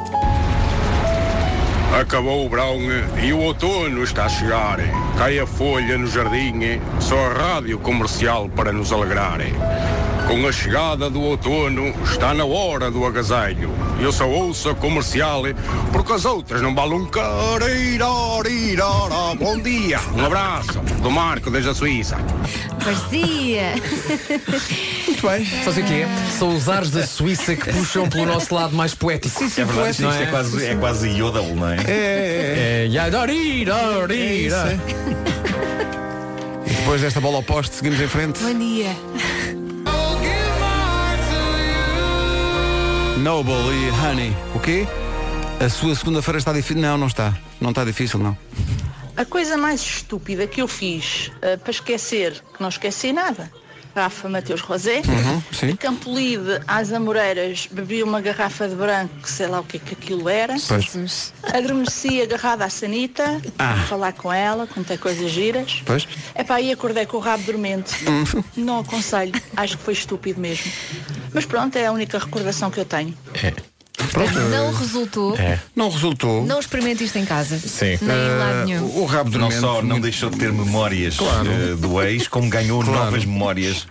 Acabou o verão e o outono está a chegar. Cai a folha no jardim, só a rádio comercial para nos alegrar. Com a chegada do outono, está na hora do agasalho. Eu só ouço a comercial, porque as outras não um balam carirá. Bom dia, um abraço do Marco desde a Suíça. Parecia. Muito bem. Só sei o que é. São os ares da Suíça que puxam pelo nosso lado mais poético. É assim, verdade, isto Não é quase, é quase Yodel, não é? É, é, é. Dori, dori, dori. E depois desta bola ao poste, seguimos em frente. Bom dia. Noble e Honey. O quê? A sua segunda-feira está difícil? Não, não está. Não está difícil, não. eh, A coisa mais estúpida que eu fiz ah, para esquecer, que não esqueci nada, garrafa Mateus Rosé. Uhum, sim. De Campolide às Amoreiras bebi uma garrafa de branco, que sei lá o que é que aquilo era. Pois. Adormeci agarrada à Sanita, Ah. a falar com ela, contei coisas giras. Pois? Epá, e acordei com o rabo dormente. Hum. Não aconselho, acho que foi estúpido mesmo. Mas pronto, é a única recordação que eu tenho. É. Pronto. Não resultou. é. Não resultou. Não experimente isto em casa. Sim. Nem em lado Ah, nenhum. Eh, O rabo Não só não deixou de ter memórias eh, do ex, como ganhou novas memórias.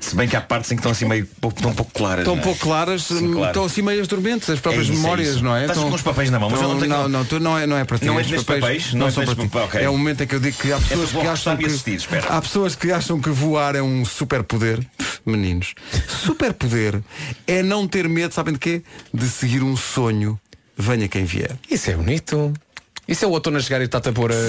Se bem que há partes em que estão assim meio pouco, tão pouco claras. Estão não é? pouco claras, Sim, claro. estão assim meias dormentes, as próprias É isso, é memórias, isso. não é? Estás Estão- com os papéis na mão, mas eu estão- não tenho- Não, não, tu não é, não é para ti. Não os és nestes papéis? não Não são és para ti. nestes papéis, ok. É o momento em que eu digo que há Eu pessoas vou que acham restar e que. assistir, espera. Há pessoas que acham que voar é um superpoder. Meninos, superpoder é não ter medo, sabem de quê? De seguir um sonho, venha quem vier. Isso é bonito. Isso é o outono a chegar e está a pôr eh, a.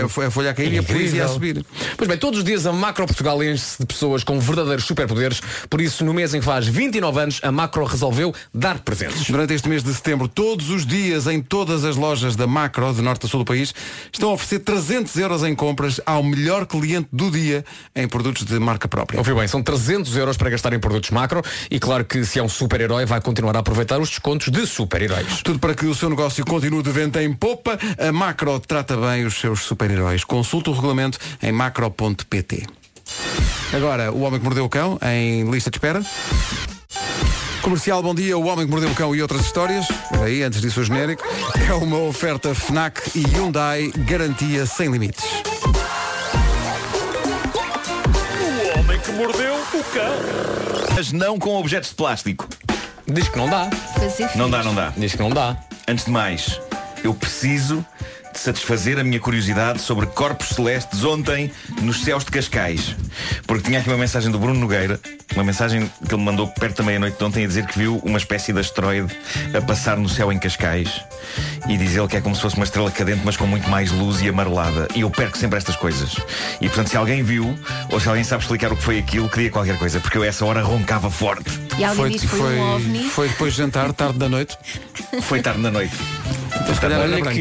Sim, é, foi a folha a cair e a polícia a subir. Pois bem, todos os dias a Macro Portugal enche-se de pessoas com verdadeiros superpoderes, por isso no mês em que faz 29 anos, a Macro resolveu dar presentes. Durante este mês de setembro, todos os dias, em todas as lojas da Macro, de norte a sul do país, estão a oferecer 300 euros em compras ao melhor cliente do dia em produtos de marca própria. Ouviu bem, são 300 euros para gastar em produtos macro e claro que se é um super-herói vai continuar a aproveitar os descontos de super-heróis. Tudo para que o seu negócio continue de vento em popa, a Macro trata bem os seus super-heróis. Consulta o regulamento em macro.pt. Agora, o Homem que Mordeu o Cão, em lista de espera. Comercial, bom dia, o Homem que Mordeu o Cão e outras histórias. Espera Aí, antes disso o genérico. É uma oferta FNAC e Hyundai, garantia sem limites. O homem que mordeu o cão. Mas não com objetos de plástico. Diz que não dá. Não dá, não dá. Diz que não dá. Antes de mais, eu preciso de satisfazer a minha curiosidade sobre corpos celestes ontem nos céus de Cascais. Porque tinha aqui uma mensagem do Bruno Nogueira, uma mensagem que ele mandou perto da meia-noite de ontem a dizer que viu uma espécie de asteroide a passar no céu em Cascais. E diz ele que é como se fosse uma estrela cadente, mas com muito mais luz e amarelada. E eu perco sempre estas coisas. E portanto, se alguém viu, ou se alguém sabe explicar o que foi aquilo, queria qualquer coisa, porque eu a essa hora roncava forte. E alguém Foi- diz que foi, foi- um ovni. Foi depois de jantar, tarde da noite. Foi tarde na noite. se calhar era branco.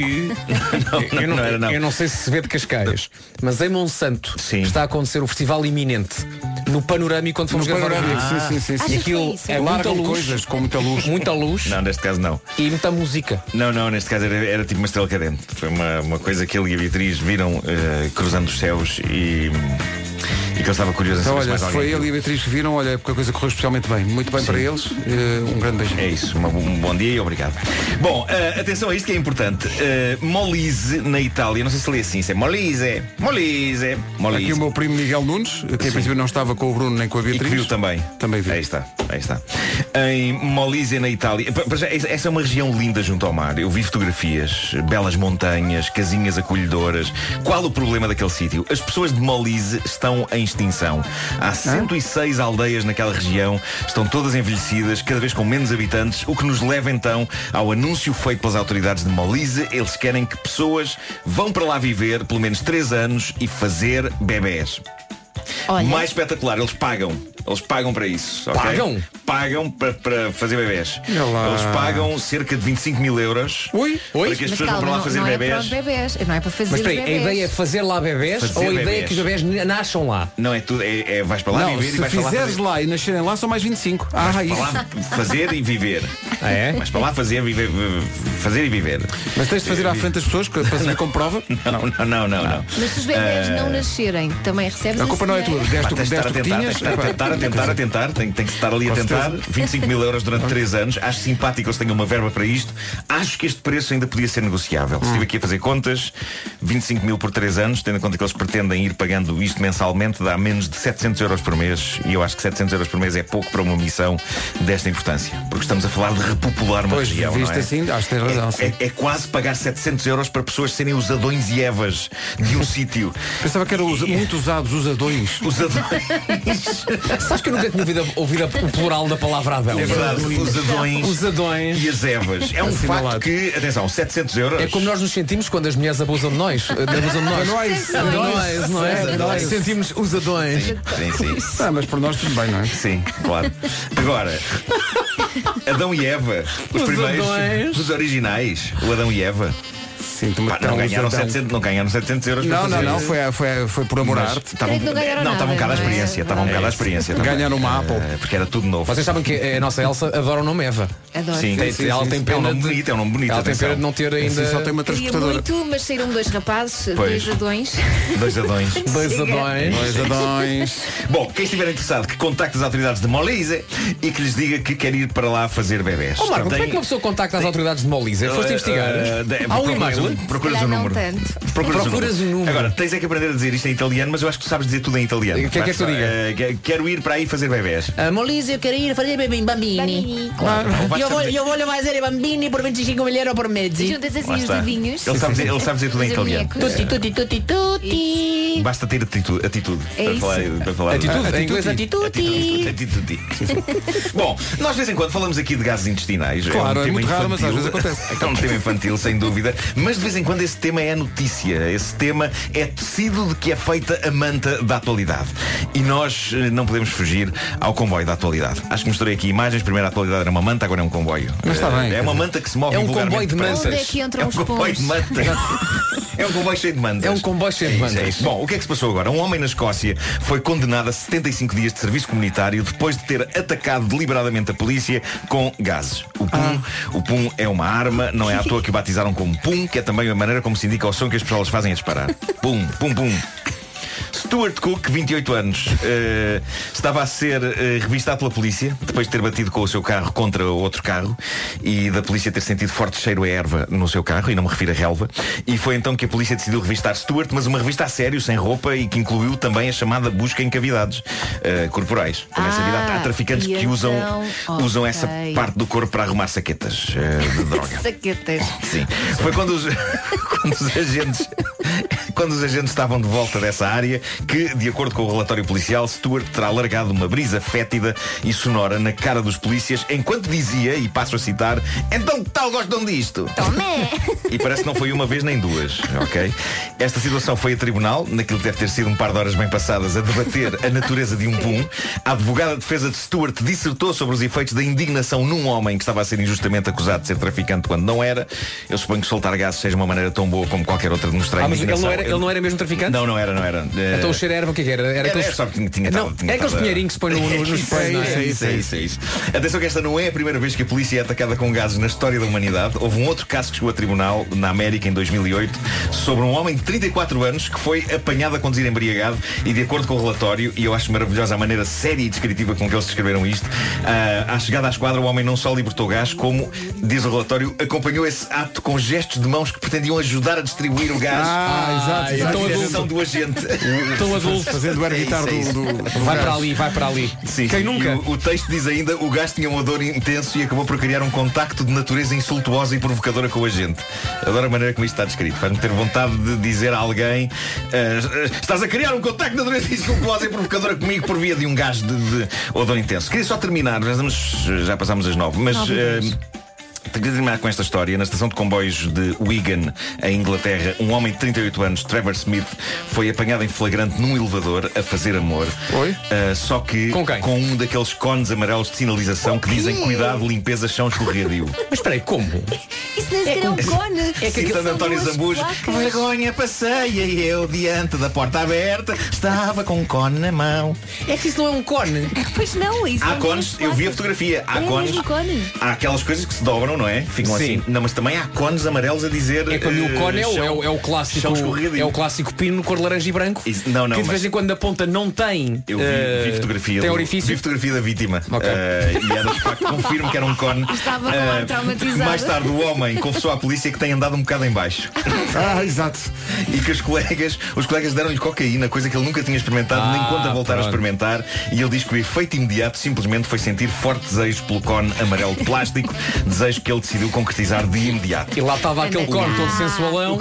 eu, não, eu não sei se se vê de Cascais, mas em Monsanto está a acontecer o festival iminente. No panorâmico quando fomos No gravar o Panorâmico, vídeo. sim, sim, sim, sim. E Achas que foi aquilo isso? é muita Largam luz. É coisas com muita luz. Muita luz. Não, neste caso não. E muita música. Não, não, neste caso era, era tipo uma estrela cadente. Foi uma, uma coisa que ele e a Beatriz viram eh, cruzando os céus e, e que ele estava curioso em Então, saber se olha, mais se alguém. foi viu. ele e a Beatriz que viram, olha, porque a coisa correu especialmente bem. Muito bem para eles. Eh, um grande beijinho. É isso, uma- um bom dia e obrigado. Bom, eh, atenção a isto que é importante. Eh, Molise, na Itália, não sei se lê assim, se é Molise, Molise, Molise. Aqui o meu primo Miguel Nunes, que em princípio não estava com o Bruno nem com a É E que Beatriz. viu também. Também viu. Aí está, aí está. Em Molise, na Itália. Pa- para já, essa- Essa é uma região linda junto ao mar. Eu vi fotografias, belas montanhas, casinhas acolhedoras. Qual o problema daquele sítio? As pessoas de Molise estão em extinção. Há 106 aldeias naquela região, estão todas envelhecidas, cada vez com menos habitantes, o que nos leva então ao anúncio feito pelas autoridades de Molise. Eles querem que pessoas vão para lá viver pelo menos 3 anos e fazer bebés. Mais espetacular, eles pagam. Eles pagam para isso. ok? Pagam? Pagam para, para fazer bebés. Olha lá. Eles pagam cerca de 25 mil euros para que Mas as pessoas vão calma, para lá não, fazer não É para bebés. os bebés. Não é para fazer Mas peraí, os a bebés. ideia é fazer lá bebés Fazer ou a ideia bebés. é que os bebés nasçam lá? Não é tudo, é, é- vais para lá não, viver se e vais para lá fizeres fazer. lá, e nascerem lá, são mais 25. Ah, Vais isso. para lá fazer e viver. é? Mas para lá fazer, viver, fazer e viver. Mas tens de fazer à frente das pessoas que- para saber como prova. Não, não, não, não. não. Mas se os bebés Ah, não nascerem, também recebes é esse dinheiro? Pá, tens de estar a tentar, tens de estar a tentar, a tentar, a tentar, tem, tem que estar ali a Com tentar. certeza. 25 mil euros durante 3 anos. Acho simpático eles tenham uma verba para isto. Acho que este preço ainda podia ser negociável. Estive aqui a fazer contas, 25 mil por 3 anos, tendo em conta que eles pretendem ir pagando isto mensalmente, dá menos de 700 euros por mês. E eu acho que 700 euros por mês é pouco para uma missão desta importância. Porque estamos a falar de repopular uma Pois, região. não visto é? assim, acho que tens razão. sim. É, é quase pagar 700 euros para pessoas serem os adões e evas de um sítio. Pensava que era usa- muito usados os adões. Os adões. Sabes que eu nunca tinha ouvido, a- ouvido a- o plural da palavra adão. É verdade, os adões, Os adões. e as evas. É um Assinalado. facto que, atenção, 700 euros. É como nós nos sentimos quando as mulheres abusam de nós. eh, Abusam de nós. Nós, Nós, não é? nós. Sentimos os adões. Sim, sim. Ah, mas por nós tudo bem, não é? Sim, claro. Agora, Adão e Eva, os, Os primeiros, adões. os originais, o Adão e Eva. Sinto-me Não Então, tão ganharam, usadão. 700, não ganharam 700 euros para Não, fazer não, não, isso. foi, foi, foi por amor à Mas arte. estavam- Creio que não ganharam Não, estava nada, um bocado à não é? experiência, estava um bocado à experiência. também. Ganharam uma Apple. Eh, Porque era tudo novo. Vocês sabem que eh, a nossa Elsa adora o nome Eva. Adoro. Sim, Tem- sim, ela sim, tem sim. pena É um nome de- bonito, é um nome bonito, Ela tem atenção. pena de não ter Sim, ainda. só tem uma Queria transportadora. muito, mas saíram dois rapazes, Pois. dois adões. Dois adões. Dois é. Chega. adões. Dois adões. Bom, quem estiver interessado, que contacte as autoridades de Molise e que lhes diga que quer ir para lá fazer bebés. Ó Marco, como é Tem- que uma pessoa contacta as autoridades de Molise? É Eh, Então, Foste investigar? eh, de- Há um procuras e-mail? um- Procuras Lá o não número. tanto. o Procuras o número. Agora, tens é que aprender a dizer isto em italiano, mas eu acho que tu sabes dizer tudo em italiano. O que é que é que tu Mas, diga? eh, que- quero ir para aí fazer bebés. A Ah, Molise, eu quero ir fazer bambini. bambini. Claro. Vai Eu vou, fazer- eu vou fazer bambini por 25 mil euros por mês. Juntas assim Lá os está. dedinhos. Ele sabe dizer- ele sabe dizer tudo em Fazer italiano. bonecos. Tutti, tutti, tutti, tutti. Basta ter atitude, atitude É para, isso. falar, para falar Atitude, em inglês, É, atitude. Atitude, atitude. Bom, nós de vez em quando falamos aqui de gases intestinais. Claro, é um tema muito infantil, raro, mas às vezes acontece. É um tema infantil, sem dúvida. Mas de vez em quando esse tema é notícia. Esse tema é tecido de que é feita a manta da atualidade. E nós eh, não podemos fugir ao comboio da atualidade. Acho que mostrei aqui imagens. Primeiro a atualidade era uma manta, agora é um comboio. Mas está Eh, bem. É uma manta que se move É um vulgarmente comboio de para- mantas. Onde é que entram É um os comboio pontas? de mantas. É um comboio cheio de mantas. É um comboio cheio de É isso, mantas. é isso. Bom, o que é que se passou agora? Um homem na Escócia foi condenado a 75 dias de serviço comunitário depois de ter atacado deliberadamente a polícia com gases. O pum, o pum é uma arma, não é à toa que o batizaram como pum, que é também a maneira como se indica o som que as pessoas fazem a disparar. Pum, pum, pum. Stuart Cook, 28 anos, eh, estava a ser eh, revistado pela polícia depois de ter batido com o seu carro contra outro carro e da polícia ter sentido forte cheiro a erva no seu carro, e não me refiro a relva. E foi então que a polícia decidiu revistar Stuart, mas uma revista a sério, sem roupa e que incluiu também a chamada busca em cavidades eh, corporais. Também sabida, há- há traficantes Ah, e que usam, então, usam essa ok. parte do corpo para arrumar saquetas eh, de droga. Saquetas. Sim. Foi quando os, quando os agentes. Quando os agentes estavam de volta dessa área, que, de acordo com o relatório policial, Stuart terá largado uma brisa fétida e sonora na cara dos polícias, enquanto dizia, e passo a citar, então que tal gostam disto? Tomé! E parece que não foi uma vez nem duas, ok? Esta situação foi a tribunal, naquilo que deve ter sido um par de horas bem passadas, a debater a natureza de um pum. A advogada de defesa de Stuart dissertou sobre os efeitos da indignação num homem que estava a ser injustamente acusado de ser traficante quando não era. Eu suponho que soltar gases seja uma maneira tão boa como qualquer outra de mostrar Ah, mas ele indignação. não, era, ele não era mesmo traficante? Não, não era, não era. Eh, Então o cheiro era o que é que era? Era, aqueles- era só que tinha, tinha Não, tava- tinha é aqueles tava- pinheirinhos que se põe no, no, nos Isso, pães, não é? isso, isso, isso, isso. Atenção que esta não é a primeira vez que a polícia é atacada com gases na história da humanidade. Houve um outro caso que chegou a tribunal na América em 2008 sobre um homem de 34 anos que foi apanhado a conduzir embriagado e de acordo com o relatório, e eu acho maravilhosa a maneira séria e descritiva com que eles descreveram isto, ah, à chegada à esquadra o homem não só libertou gás, como, diz o relatório, acompanhou esse ato com gestos de mãos que pretendiam ajudar a distribuir o gás. Ah, exato, à Então exato. direção do agente. Tão adulto. Fazendo o air É isso, guitar é isso. do, do, do Vai gajo. para ali, vai para ali. Sim, Quem sim. nunca? E O, o texto diz ainda o gás tinha um odor intenso e acabou por criar um contacto de natureza insultuosa e provocadora com a gente. Adoro a maneira como isto está descrito. Faz-me ter vontade de dizer a alguém "Ah, estás a criar um contacto de natureza insultuosa e provocadora comigo por via de um gás de, de odor intenso. Queria só terminar, já, estamos- já passámos às nove, mas... ah, tenho que terminar com esta história. Na estação de comboios de Wigan, em Inglaterra, um homem de 38 anos, Trevor Smith, foi apanhado em flagrante num elevador a fazer amor. Oi? Ah, só que Com quem? um daqueles cones amarelos de sinalização que dizem cuidado, limpeza, chão escorregadio. Mas espera aí, como? Isso nem sequer é um cone. É que São António duas Zambujo. placas. Vergonha passeia e eu diante da porta aberta estava com um cone na mão. É que isso não é um cone. Pois não, é isso Há são cones, duas eu vi a placas. fotografia, há É cones. mesmo cone. Há aquelas coisas que se dobram, não é? Ficam Sim. assim. Não, mas também há cones amarelos a dizer. É que para mim o eh, cone é o, chão- é o, é o clássico. chão escorregadio. É o clássico pino cor de laranja e branco. Isso- não, não, que de vez mas- em quando a ponta não tem. Eu vi, eh, vi fotografia. Tem do- orifício. Vi fotografia da vítima. Ok. Eh, e era de facto, confirmo que era um cone. Estava lá Eh, traumatizada. mais tarde o homem confessou à polícia que tem andado um bocado em baixo. Ah, exato. e que os colegas, os colegas deram-lhe cocaína, coisa que ele nunca tinha experimentado, nem Ah, conta voltar a pronto. experimentar, e ele diz que o efeito imediato simplesmente foi sentir forte desejo pelo cone amarelo de plástico, desejo que ele decidiu concretizar de imediato. E lá estava aquele cone todo sensualão.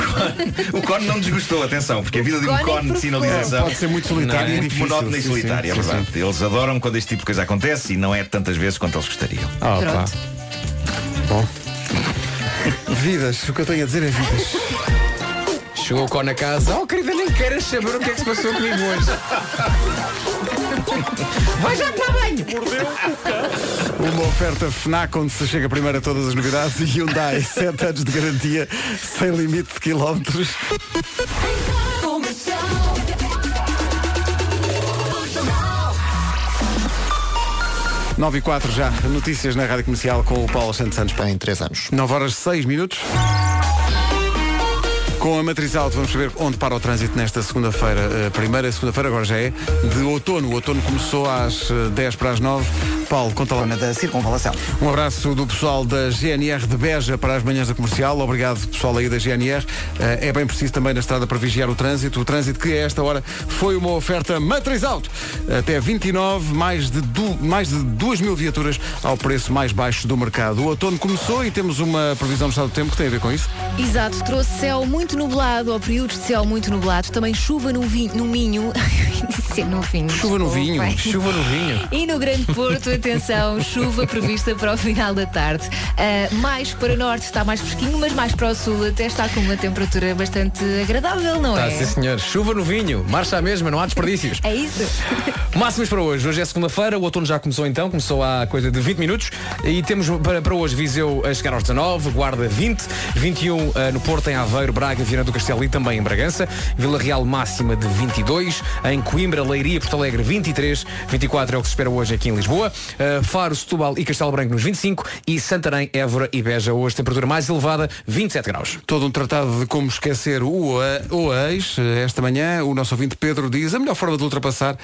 O cone não desgostou, atenção, porque a vida de um cone é cone de profundo. sinalização Pode ser muito solitário é e muito Tá difícil. monótona e Sim, solitária, é sim, sim, verdade. Eles adoram quando este tipo de coisa acontece e não é tantas vezes quanto eles gostariam. Ah, pá. Pronto. sim. Vidas, o que eu tenho a dizer é vidas. Chegou o cone a casa. Oh querida, nem queiras saber o que é que se passou comigo hoje. O Uma oferta FNAC onde se chega primeiro a todas as novidades e Hyundai 7 anos de garantia sem limite de quilómetros. Nove e quatro já, notícias na Rádio Comercial com o Paulo Santos Santos em três anos. 9 horas 6 minutos. Com a matriz alto vamos saber onde para o trânsito nesta segunda-feira, eh, primeira segunda-feira, agora já é, de outono. O outono começou às eh, 10 para as 9. Paulo, conta lá. da circunvalação. Um abraço do pessoal da GNR de Beja para as manhãs da comercial. Obrigado, pessoal aí da GNR. Eh, É bem preciso também na estrada para vigiar o trânsito. O trânsito que a esta hora foi uma oferta matriz alto. Até 29, mais de, du- mais de 2 mil viaturas ao preço mais baixo do mercado. O outono começou e temos uma previsão do estado do tempo que tem a ver com isso. Exato, trouxe céu muito nublado, ou períodos de céu muito nublado, também chuva no, vinho, no Minho. Disse no vinho. Chuva no vinho, desculpem. chuva no vinho. E no Grande Porto, atenção, chuva prevista para o final da tarde. Ah, mais para o norte está mais fresquinho, mas mais para o sul até está com uma temperatura bastante agradável, não Tá, é? sim senhor. Chuva no vinho, marcha à mesma, não há desperdícios. É isso. Máximas para hoje. Hoje é segunda-feira, o outono já começou então, começou há coisa de 20 minutos e temos para, para hoje Viseu a chegar aos 19, Guarda 20, 21 eh, no Porto, em Aveiro, Braga, Viana do Castelo e também em Bragança, Vila Real máxima de 22, em Coimbra, Leiria, Porto Alegre 23, 24 é o que se espera hoje aqui em Lisboa, eh, Faro, Setúbal e Castelo Branco nos 25 e Santarém, Évora e Beja hoje temperatura mais elevada, 27 graus. Todo um tratado de como esquecer o, a- o ex. Eh, Esta manhã, o nosso ouvinte Pedro diz a melhor forma de ultrapassar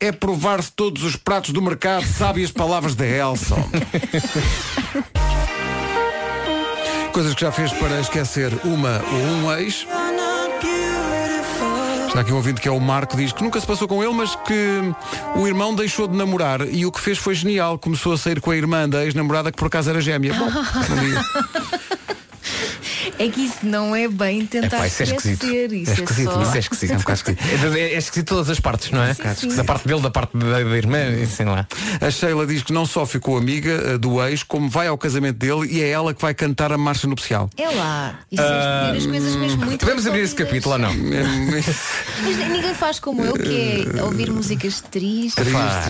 é provar-se todos os pratos do mercado, sabe as palavras da Elsa. Coisas que já fez para esquecer uma ou um ex. Está aqui um ouvinte que é o Marco, diz que nunca se passou com ele, mas que o irmão deixou de namorar e o que fez foi genial. Começou a sair com a irmã da ex-namorada que por acaso era gêmea. Bom, não digo. É que isso não é bem tentar esquecer. Isso é, só... esquisito. É um bocado esquisito. É, é esquisito todas as partes, não é? sim. Da parte dele, da parte da, da irmã, sei lá. A Sheila diz que não só ficou amiga eh, do ex, como vai ao casamento dele e é ela que vai cantar a marcha nupcial. É lá. Isso é as coisas mesmo muito Ah, Podemos abrir esse capítulo É ou não? Mas ninguém faz como eu, que Ah, é ouvir músicas tristes.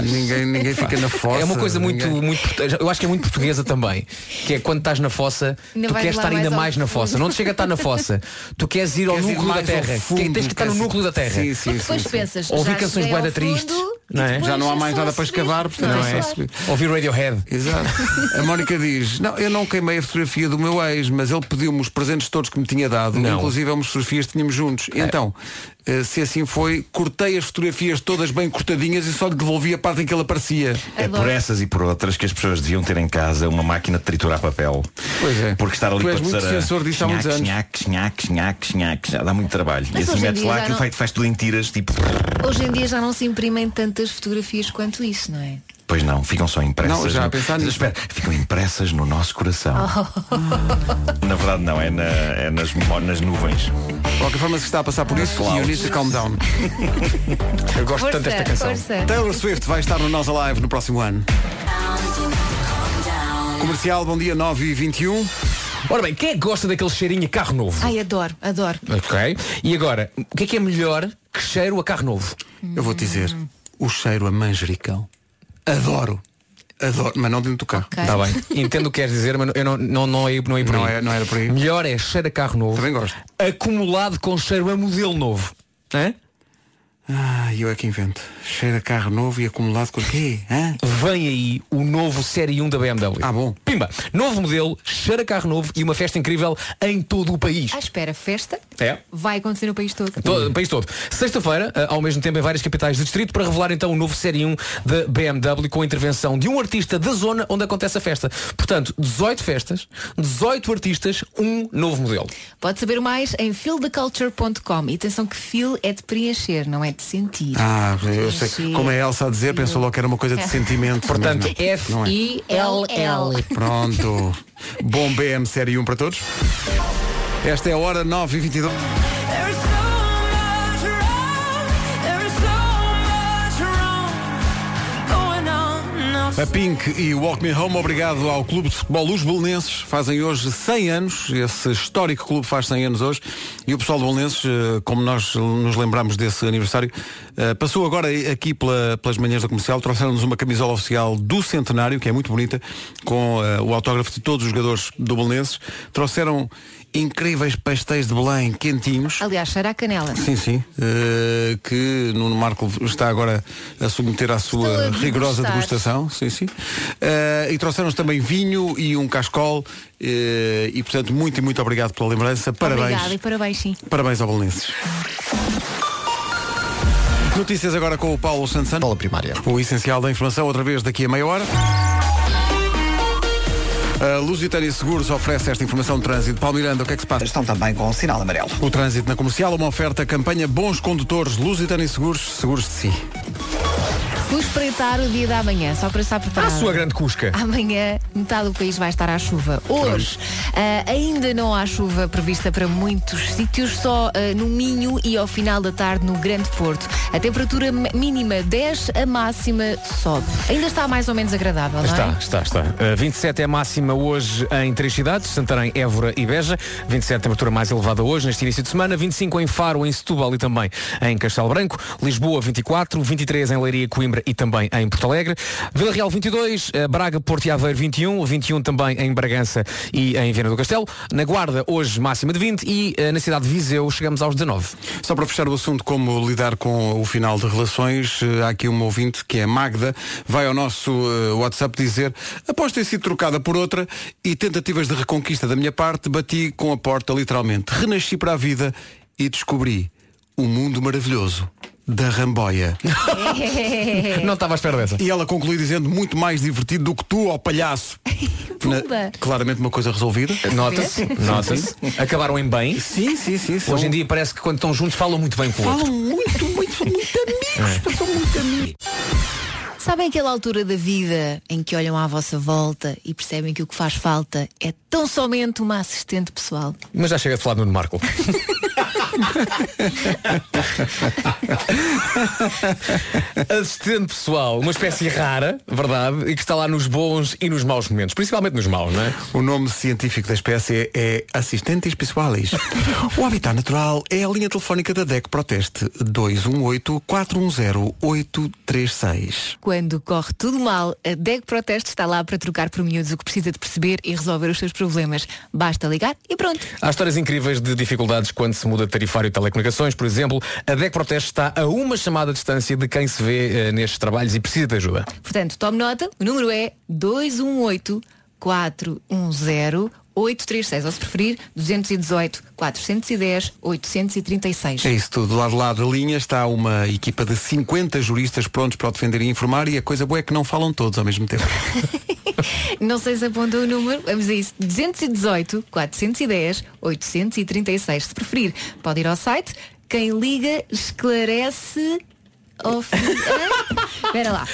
ninguém, ninguém fica na fossa, É uma coisa muito, ninguém- muito. Eu acho que é muito portuguesa também. Que é quando estás na fossa, Ainda tu vais queres lá estar ainda mais ao mais na fossa. Não te chega a estar na fossa. Tu queres ir ao Queres ir núcleo da mais ao terra. Que- fundo, tens que estar no queres ir- núcleo da terra. Sim, sim, Porque depois sim, sim. pensas, Ouvir já canções cheguei ao boeda fundo tristes. e não é? depois Já não há mais nada para escavar, portanto Não é é? só subir. Ouvir Radiohead. Exato. A Mónica diz, não, eu não queimei a fotografia do meu ex, mas ele pediu-me os presentes todos que me tinha dado, Não. É. inclusive umas fotografias que tínhamos juntos. Então, eh, se assim foi, cortei as fotografias todas bem cortadinhas e só lhe devolvi a parte em que ele aparecia. É por essas e por outras que as pessoas deviam ter em casa uma máquina de triturar papel. Pois é. Porque estar ali Tu para és muito passar a- defensor disso há muitos anos. Chinhac, chinhac, chinhac, chinhac, já dá muito trabalho. Mas e assim hoje em metes dia lá já que não- faz- faz tudo em tiras, tipo, Hoje em dia já não se imprimem tantas fotografias quanto isso, não é? pois não, ficam só impressas. Não, já no- a pensar nisso. Espera, ficam impressas no nosso coração. Oh. Na verdade não, é, na- é nas, memó- nas nuvens. De qualquer forma, se está a passar por isso, you need to calm down. Eu gosto Força, tanto desta canção. força. Taylor Swift vai estar no Nós Alive no próximo ano. Comercial, bom dia 9 e 21. Ora bem, quem é que gosta daquele cheirinho a carro novo? Ai, adoro, adoro. Ok. E agora, o que é que é melhor que cheiro a carro novo? Eu vou dizer, o cheiro a manjericão. Adoro. Adoro, mas não dentro do carro. Está Tá bem. Entendo o que queres dizer, mas eu não, não, não, ia- não ia por Não aí. é- não era por aí. Melhor é cheiro a carro novo. Também gosto. É? Acumulado com cheiro a modelo novo. Hã? Ah, eu é que invento. Cheiro a carro novo e acumulado com o quê? Hã? Vem aí o novo Série 1 da BMW. Ah, bom. Pimba. Novo modelo, cheiro a carro novo e uma festa incrível em todo o país. À espera, festa É? vai acontecer no país todo. Todo, país todo. Sexta-feira, eh, ao mesmo tempo em várias capitais do distrito, para revelar então o novo Série 1 da BMW com a intervenção de um artista da zona onde acontece a festa. Portanto, 18 festas, 18 artistas, um novo modelo. Pode saber mais em feeltheculture.com. E atenção que feel é de preencher, não é de sentir. Ah, eu sei. Sim. Como é a Elsa a dizer, pensou logo que era uma coisa de sentimento. mas Portanto, não. Não é. F-I-L-L. Pronto. Bom BM Série 1 para todos. Esta é a hora 9h22. A Pink e o Walk Me Home, obrigado ao Clube de Futebol Os Belenenses, fazem hoje 100 anos, esse histórico clube faz 100 anos hoje, E o pessoal de Bolonenses, eh, como nós nos lembramos desse aniversário, eh, passou agora aqui pela- pelas manhãs da comercial, trouxeram-nos uma camisola oficial do Centenário, que é muito bonita, com eh, o autógrafo de todos os jogadores do Bolonenses. Trouxeram incríveis pastéis de Belém quentinhos. Aliás, cheira a canela. Sim, sim. eh, que Nuno Marco está agora a submeter à sua Estou a rigorosa degustar. degustação. Sim, sim. Eh, e trouxeram-nos também vinho e um cascol. eh, e, portanto, muito e muito obrigado pela lembrança. Parabéns. Obrigada e parabéns, sim. Parabéns ao Belenenses. Notícias agora com o Paulo Santos Santos. primária. O essencial da informação, outra vez daqui a meia hora. A Lusitânia Seguros oferece esta informação de trânsito. Paulo Miranda, o que é que se passa? Estão também com o sinal amarelo. O trânsito na comercial, uma oferta campanha Bons Condutores, Lusitânia Seguros, seguros de si. Fui espreitar o dia da manhã, só para estar preparado. sua grande cusca. Ah, Amanhã metade do país vai estar à chuva. Hoje ah, ainda não há chuva prevista para muitos sítios, só ah, no Minho e ao final da tarde no Grande Porto. A temperatura m- mínima 10, a máxima sobe. Ainda está mais ou menos agradável, não Está, é? está, está. Uh, 27 é a máxima hoje em três cidades, Santarém, Évora e Beja. 27 a temperatura mais elevada hoje, neste início de semana. 25 em Faro, em Setúbal e também em Castelo Branco. Lisboa, 24. 23 em Leiria, Coimbra e também em Porto Alegre. Vila Real, 22. eh, Braga, Porto e Aveiro, 21. 21 também em Bragança e em Viana do Castelo. Na Guarda, hoje máxima de 20 e eh, na cidade de Viseu chegamos aos 19. Só para fechar o assunto como lidar com o final de relações, eh, há aqui uma ouvinte que é Magda, vai ao nosso eh, WhatsApp dizer, após ter sido trocada por outra e tentativas de reconquista da minha parte, bati com a porta literalmente. Renasci para a vida e descobri o mundo maravilhoso da Ramboia. É. Não estava à espera dessa. E ela conclui dizendo muito mais divertido do que tu, ó palhaço. Na- Pumba. claramente uma coisa resolvida. Nota-se, Sim, nota-se. sim. Acabaram em bem. Sim, sim, sim. Hoje em dia parece que quando estão juntos falam muito bem com o outro. Falam muito, muito, muito amigos. Passou muito amigos. Sabem aquela altura da vida em que olham à vossa volta e percebem que o que faz falta é tão somente uma assistente pessoal? Mas já chega de falar de Nuno Marco. Assistente pessoal, uma espécie rara, verdade, e que está lá nos bons e nos maus momentos, principalmente nos maus, não é? O nome científico da espécie é Assistentes Pessoais. o Habitat Natural é a linha telefónica da DEC Proteste 218-410-836. Quando corre tudo mal, a DEC Proteste está lá para trocar por miúdos o que precisa de perceber e resolver os seus problemas. Basta ligar e pronto. Há histórias incríveis de dificuldades quando se muda de tarifário de telecomunicações, por exemplo. A DEC Proteste está a uma chamada distância de quem se vê eh, nestes trabalhos e precisa de ajuda. Portanto, tome nota, o número é 218 410 836, ou se preferir, 218 410 836. É isso tudo. Lá de lá da linha está uma equipa de 50 juristas prontos para o defender e informar e a coisa boa é que não falam todos ao mesmo tempo. Não sei se apontou o número, vamos a isso. 218 410 836. Se preferir, pode ir ao site. Quem liga esclarece. Ofi... Hã? Espera lá.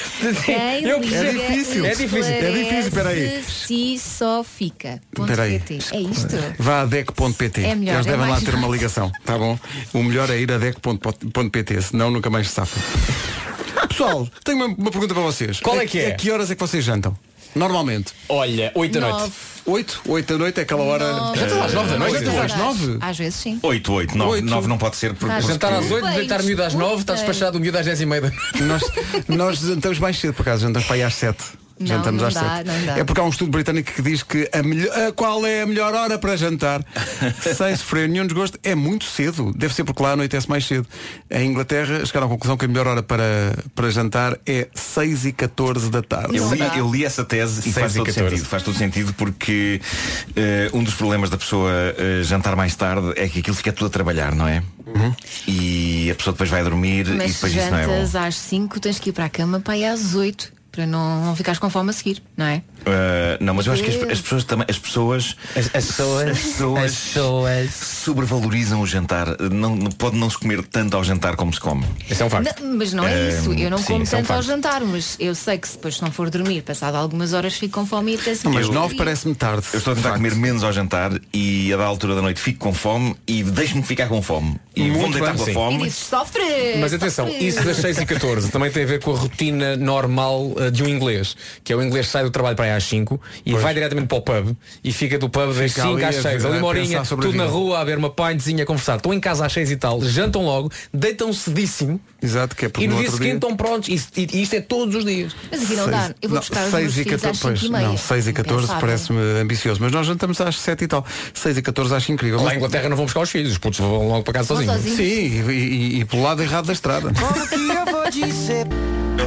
Quem Eu liga percebo. É difícil. É difícil. É difícil, espera aí. Se só fica. Ponto Espera aí. PT. É isto? Vá a deck.pt. É melhor, Eles é devem lá mais ter uma fácil. ligação, tá bom? O melhor é ir a deck.pt, senão nunca mais se safa. Pessoal, tenho uma, uma pergunta para vocês. Qual é A- que é? A que horas é que vocês jantam? Normalmente. Olha, 8 da noite. Nove. 8? 8 da noite é aquela hora. Nove. Jantam às 9 da noite? Jantam às 9? Às vezes sim. 8, 8, 9, Oito. 9 não pode ser porque. Tá. Jantar às 8, Bem, deitar miúdo às 9, está bem. despachado o miúdo às 10 e meia da noite. Nós, nós jantamos mais cedo, por acaso, jantamos para aí às 7. Não, jantamos não às dá, sete. não dá. É porque há um estudo britânico que diz que a, melho- a qual é a melhor hora para jantar sem sofrer nenhum desgosto é muito cedo. Deve ser porque lá anoitece mais cedo. Em Inglaterra chegaram à conclusão que a melhor hora para, para jantar é 6 e 14 da tarde. Eu li, eu li essa tese e Seis faz e todo 14. sentido. Faz todo sentido porque eh, um dos problemas da pessoa eh, jantar mais tarde é que aquilo fica tudo a trabalhar, não é? E a pessoa depois vai dormir e Mas se depois isso não é bom. jantas às 5, tens que ir para a cama para ir às 8, para não, não ficares com fome a seguir, não é? Eh, não, mas eu acho que as, Deus. as pessoas também. As pessoas. As, pessoas. As pessoas. Sobrevalorizam o jantar. Não, não- pode não se comer tanto ao jantar como se come. Esse é um Não, mas não é Eh, isso. Eu não sim, como isso é um tanto ao facto. jantar, mas eu sei que se depois não for dormir, passado algumas horas fico com fome e até se Eu- parece-me tarde. Eu estou a tentar comer menos ao jantar e a da altura da noite fico com fome e deixo-me ficar com fome. E Muito vou-me deitar bem, com a sim. E fome. dizes, sofre! Mas atenção, sofre. isso das 6 e 14 também tem a ver com a rotina normal eh, de um inglês, que é o inglês sai do trabalho para aí manhã às 5 e vai diretamente para o pub e fica do pub das Fica 5 ali às a- 6. a Ali uma pensar horinha, sobre a tudo na vida. rua, a ver uma pintezinha a conversar. Estão em casa às 6 e tal, jantam logo, deitam cedíssimo Exato, que é porque e no no dia outro seguinte estão prontos. E, e- e isto é todos os dias. Mas aqui não dá. Eu vou buscar os meus filhos às 5 e meia. Não, 6 e 14 Impensável. parece-me ambicioso, mas nós jantamos às 7 e tal. 6 e 14 acho incrível. Lá em Inglaterra não vão buscar os filhos, os putos vão logo para casa Vão sozinhos. Sim, sozinhos. e, e- e pelo lado errado da estrada.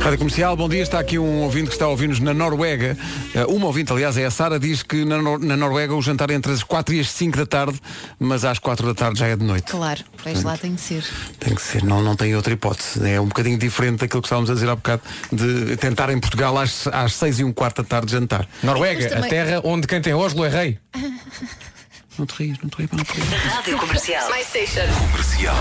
Rádio Comercial, bom dia. Está aqui um ouvinte que está a ouvir-nos na Noruega. Eh, Uma ouvinte, aliás, é a Sara, diz que na, Nor- na Noruega o jantar é entre as 4 e as 5 da tarde, mas às 4 da tarde já é de noite. Claro, pois lá tem de ser. Tem que ser, não, não tem outra hipótese. É um bocadinho diferente daquilo que estávamos a dizer há bocado, de tentar em Portugal às, às 6 e um quarto da tarde jantar. Noruega, Mas também- a terra onde quem tem Oslo é rei. Não te rias, não te rias, não te rias. Rádio comercial. My station.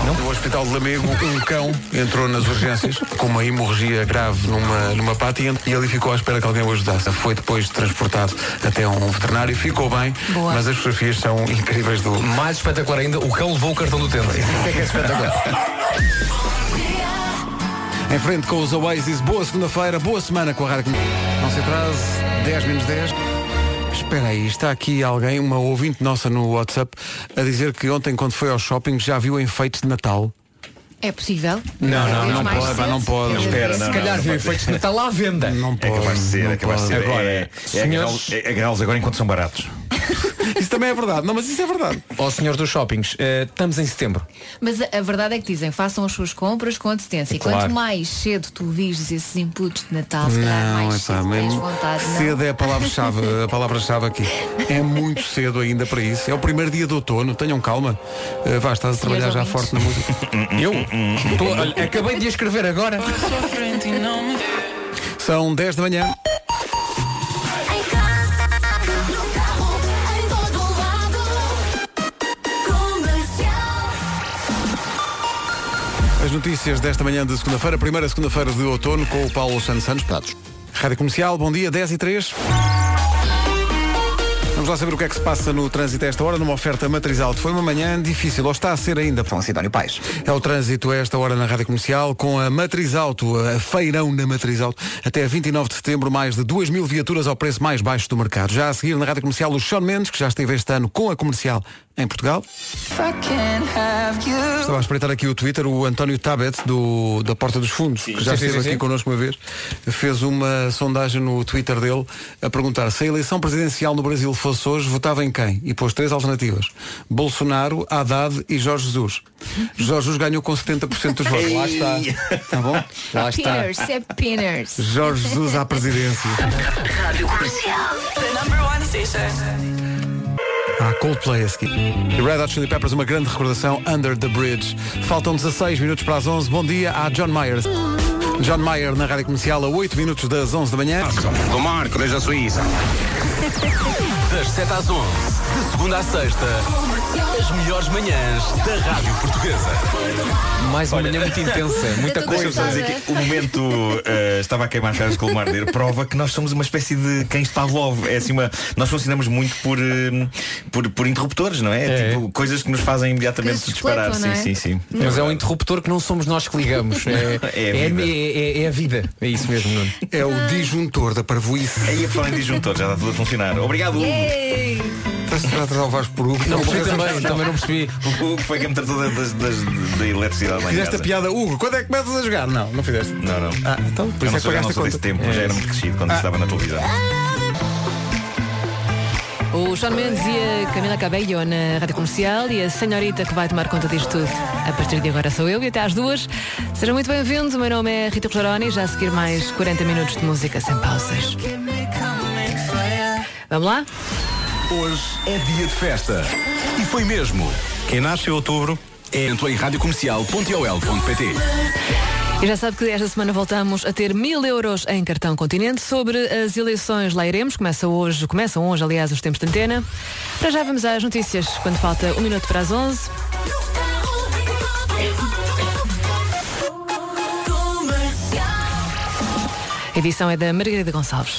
No Hospital de Lamego, um cão entrou nas urgências com uma hemorragia grave numa, numa pata e ent- e ele ficou à espera que alguém o ajudasse. Foi depois transportado até um veterinário, ficou bem, Boa. mas as fotografias são incríveis do. Mais espetacular ainda, o cão levou o cartão do tênis. Isso é que é espetacular. Em frente com os Oasis, boa segunda-feira, boa semana com a Rádio Comercial. Não se atrase, 10 menos 10. Espera aí, está aqui alguém, uma ouvinte nossa no WhatsApp, a dizer que ontem, quando foi ao shopping, já viu enfeites de Natal. É possível? Não, não, Temos não mais pode, gente? pá, não pode. Temos Espera, mais não, gente? não, não pode. Natal lá à venda. Não É capaz de ser, não é capaz de ser. pode. Agora, Agora, é, é agarrá-los- é agarrá-los agora enquanto são baratos. Isso também é verdade. Não, mas isso é verdade. Ó senhores dos shoppings, eh, estamos em setembro. Mas a, a verdade é que dizem, façam as suas compras com antecedência. E Claro. quanto mais cedo tu vires esses inputs de Natal, se calhar Não, mais é pá, cedo tens mesmo vontade. não? cedo é a palavra-chave a palavra-chave aqui. É muito cedo ainda para isso. É o primeiro dia de outono, tenham calma. Uh, vá, estás a trabalhar já forte na música. Eu? Uhum. Tô- olha, acabei de escrever agora. São 10 da manhã. As notícias desta manhã de segunda-feira, primeira segunda-feira de outono, com o Paulo Santos Santos. Prados. Rádio Comercial, bom dia, 10 e 3. Vamos lá saber o que é que se passa no trânsito a esta hora, numa oferta matriz alto. Foi uma manhã difícil, ou está a ser ainda. São Sidónio Pais. É o trânsito a esta hora na Rádio Comercial, com a matriz alto, a feirão na matriz alto. Até 29 de setembro, mais de 2 mil viaturas ao preço mais baixo do mercado. Já a seguir na Rádio Comercial, o Sean Mendes, que já esteve este ano com a comercial em Portugal. Estava a espreitar aqui o Twitter, o António Tabet, do, da Porta dos Fundos, que já Sim, sim, esteve sim, aqui sim. connosco uma vez, fez uma sondagem no Twitter dele a perguntar se a eleição presidencial no Brasil fosse hoje, votava em quem? E pôs três alternativas. Bolsonaro, Haddad e Jorge Jesus. Jorge Jesus ganhou com 70% dos votos. Lá está. Tá bom? Pinners, é pinners. Jorge Jesus à presidência. Rádio Comercial. The number one station. Há Coldplay a seguir. E Red Hot Chili Peppers, uma grande recordação, Under the Bridge. Faltam 16 minutos para as 11. Bom dia a John Mayer. John Mayer na Rádio Comercial a 8 minutos das 11 da Ah, manhã. Do Marco, desde a Suíça. Das 7 às 11, de segunda à sexta, as melhores manhãs da Rádio Portuguesa. Mais uma manhã muito intensa, muita Deixa-me só coisa. dizer que o momento eh, estava a queimar caras com o Mardeiro prova que nós somos uma espécie de cães de Pavlov. É assim uma, nós funcionamos muito por, eh, por, por interruptores, não é? Tipo, coisas que nos fazem imediatamente disparar. não é? Sim, sim, sim. Mas é um interruptor que não somos nós que ligamos. É, É a vida. é- é- é a vida. É isso mesmo, Nuno. É o disjuntor da parvoíce. Aí a falar em disjuntor, já está tudo a funcionar. Obrigado! Yay! Estás a tratar o Vasco por Hugo? Não percebi também, também não percebi. O que foi que me tratou da, das- das- da eletricidade lá em Fizeste a casa? piada, Hugo, quando é que começas a jogar? Não, não fizeste. Não, não. Ah, então, por isso eu não é que sou, eu pagaste não a sou desse conta. tempo, É. já era muito crescido quando estava na televisão. O Sean Mendes e a Camila Cabello na Rádio Comercial e a senhorita que vai tomar conta disto tudo. A partir de agora sou eu e até às duas. Seja muito bem-vindo. O meu nome é Rita Rogeroni. Já a seguir mais 40 minutos de música sem pausas. Vamos lá? Hoje é dia de festa. E foi mesmo. Quem nasce em outubro é em radiocomercial.ol.pt E já sabe que esta semana voltamos a ter mil euros em cartão continente. Sobre as eleições lá iremos. Começa hoje, começam hoje, aliás, os tempos de antena. Para já vamos às notícias, quando falta um minuto para as 11. A edição é da Margarida Gonçalves.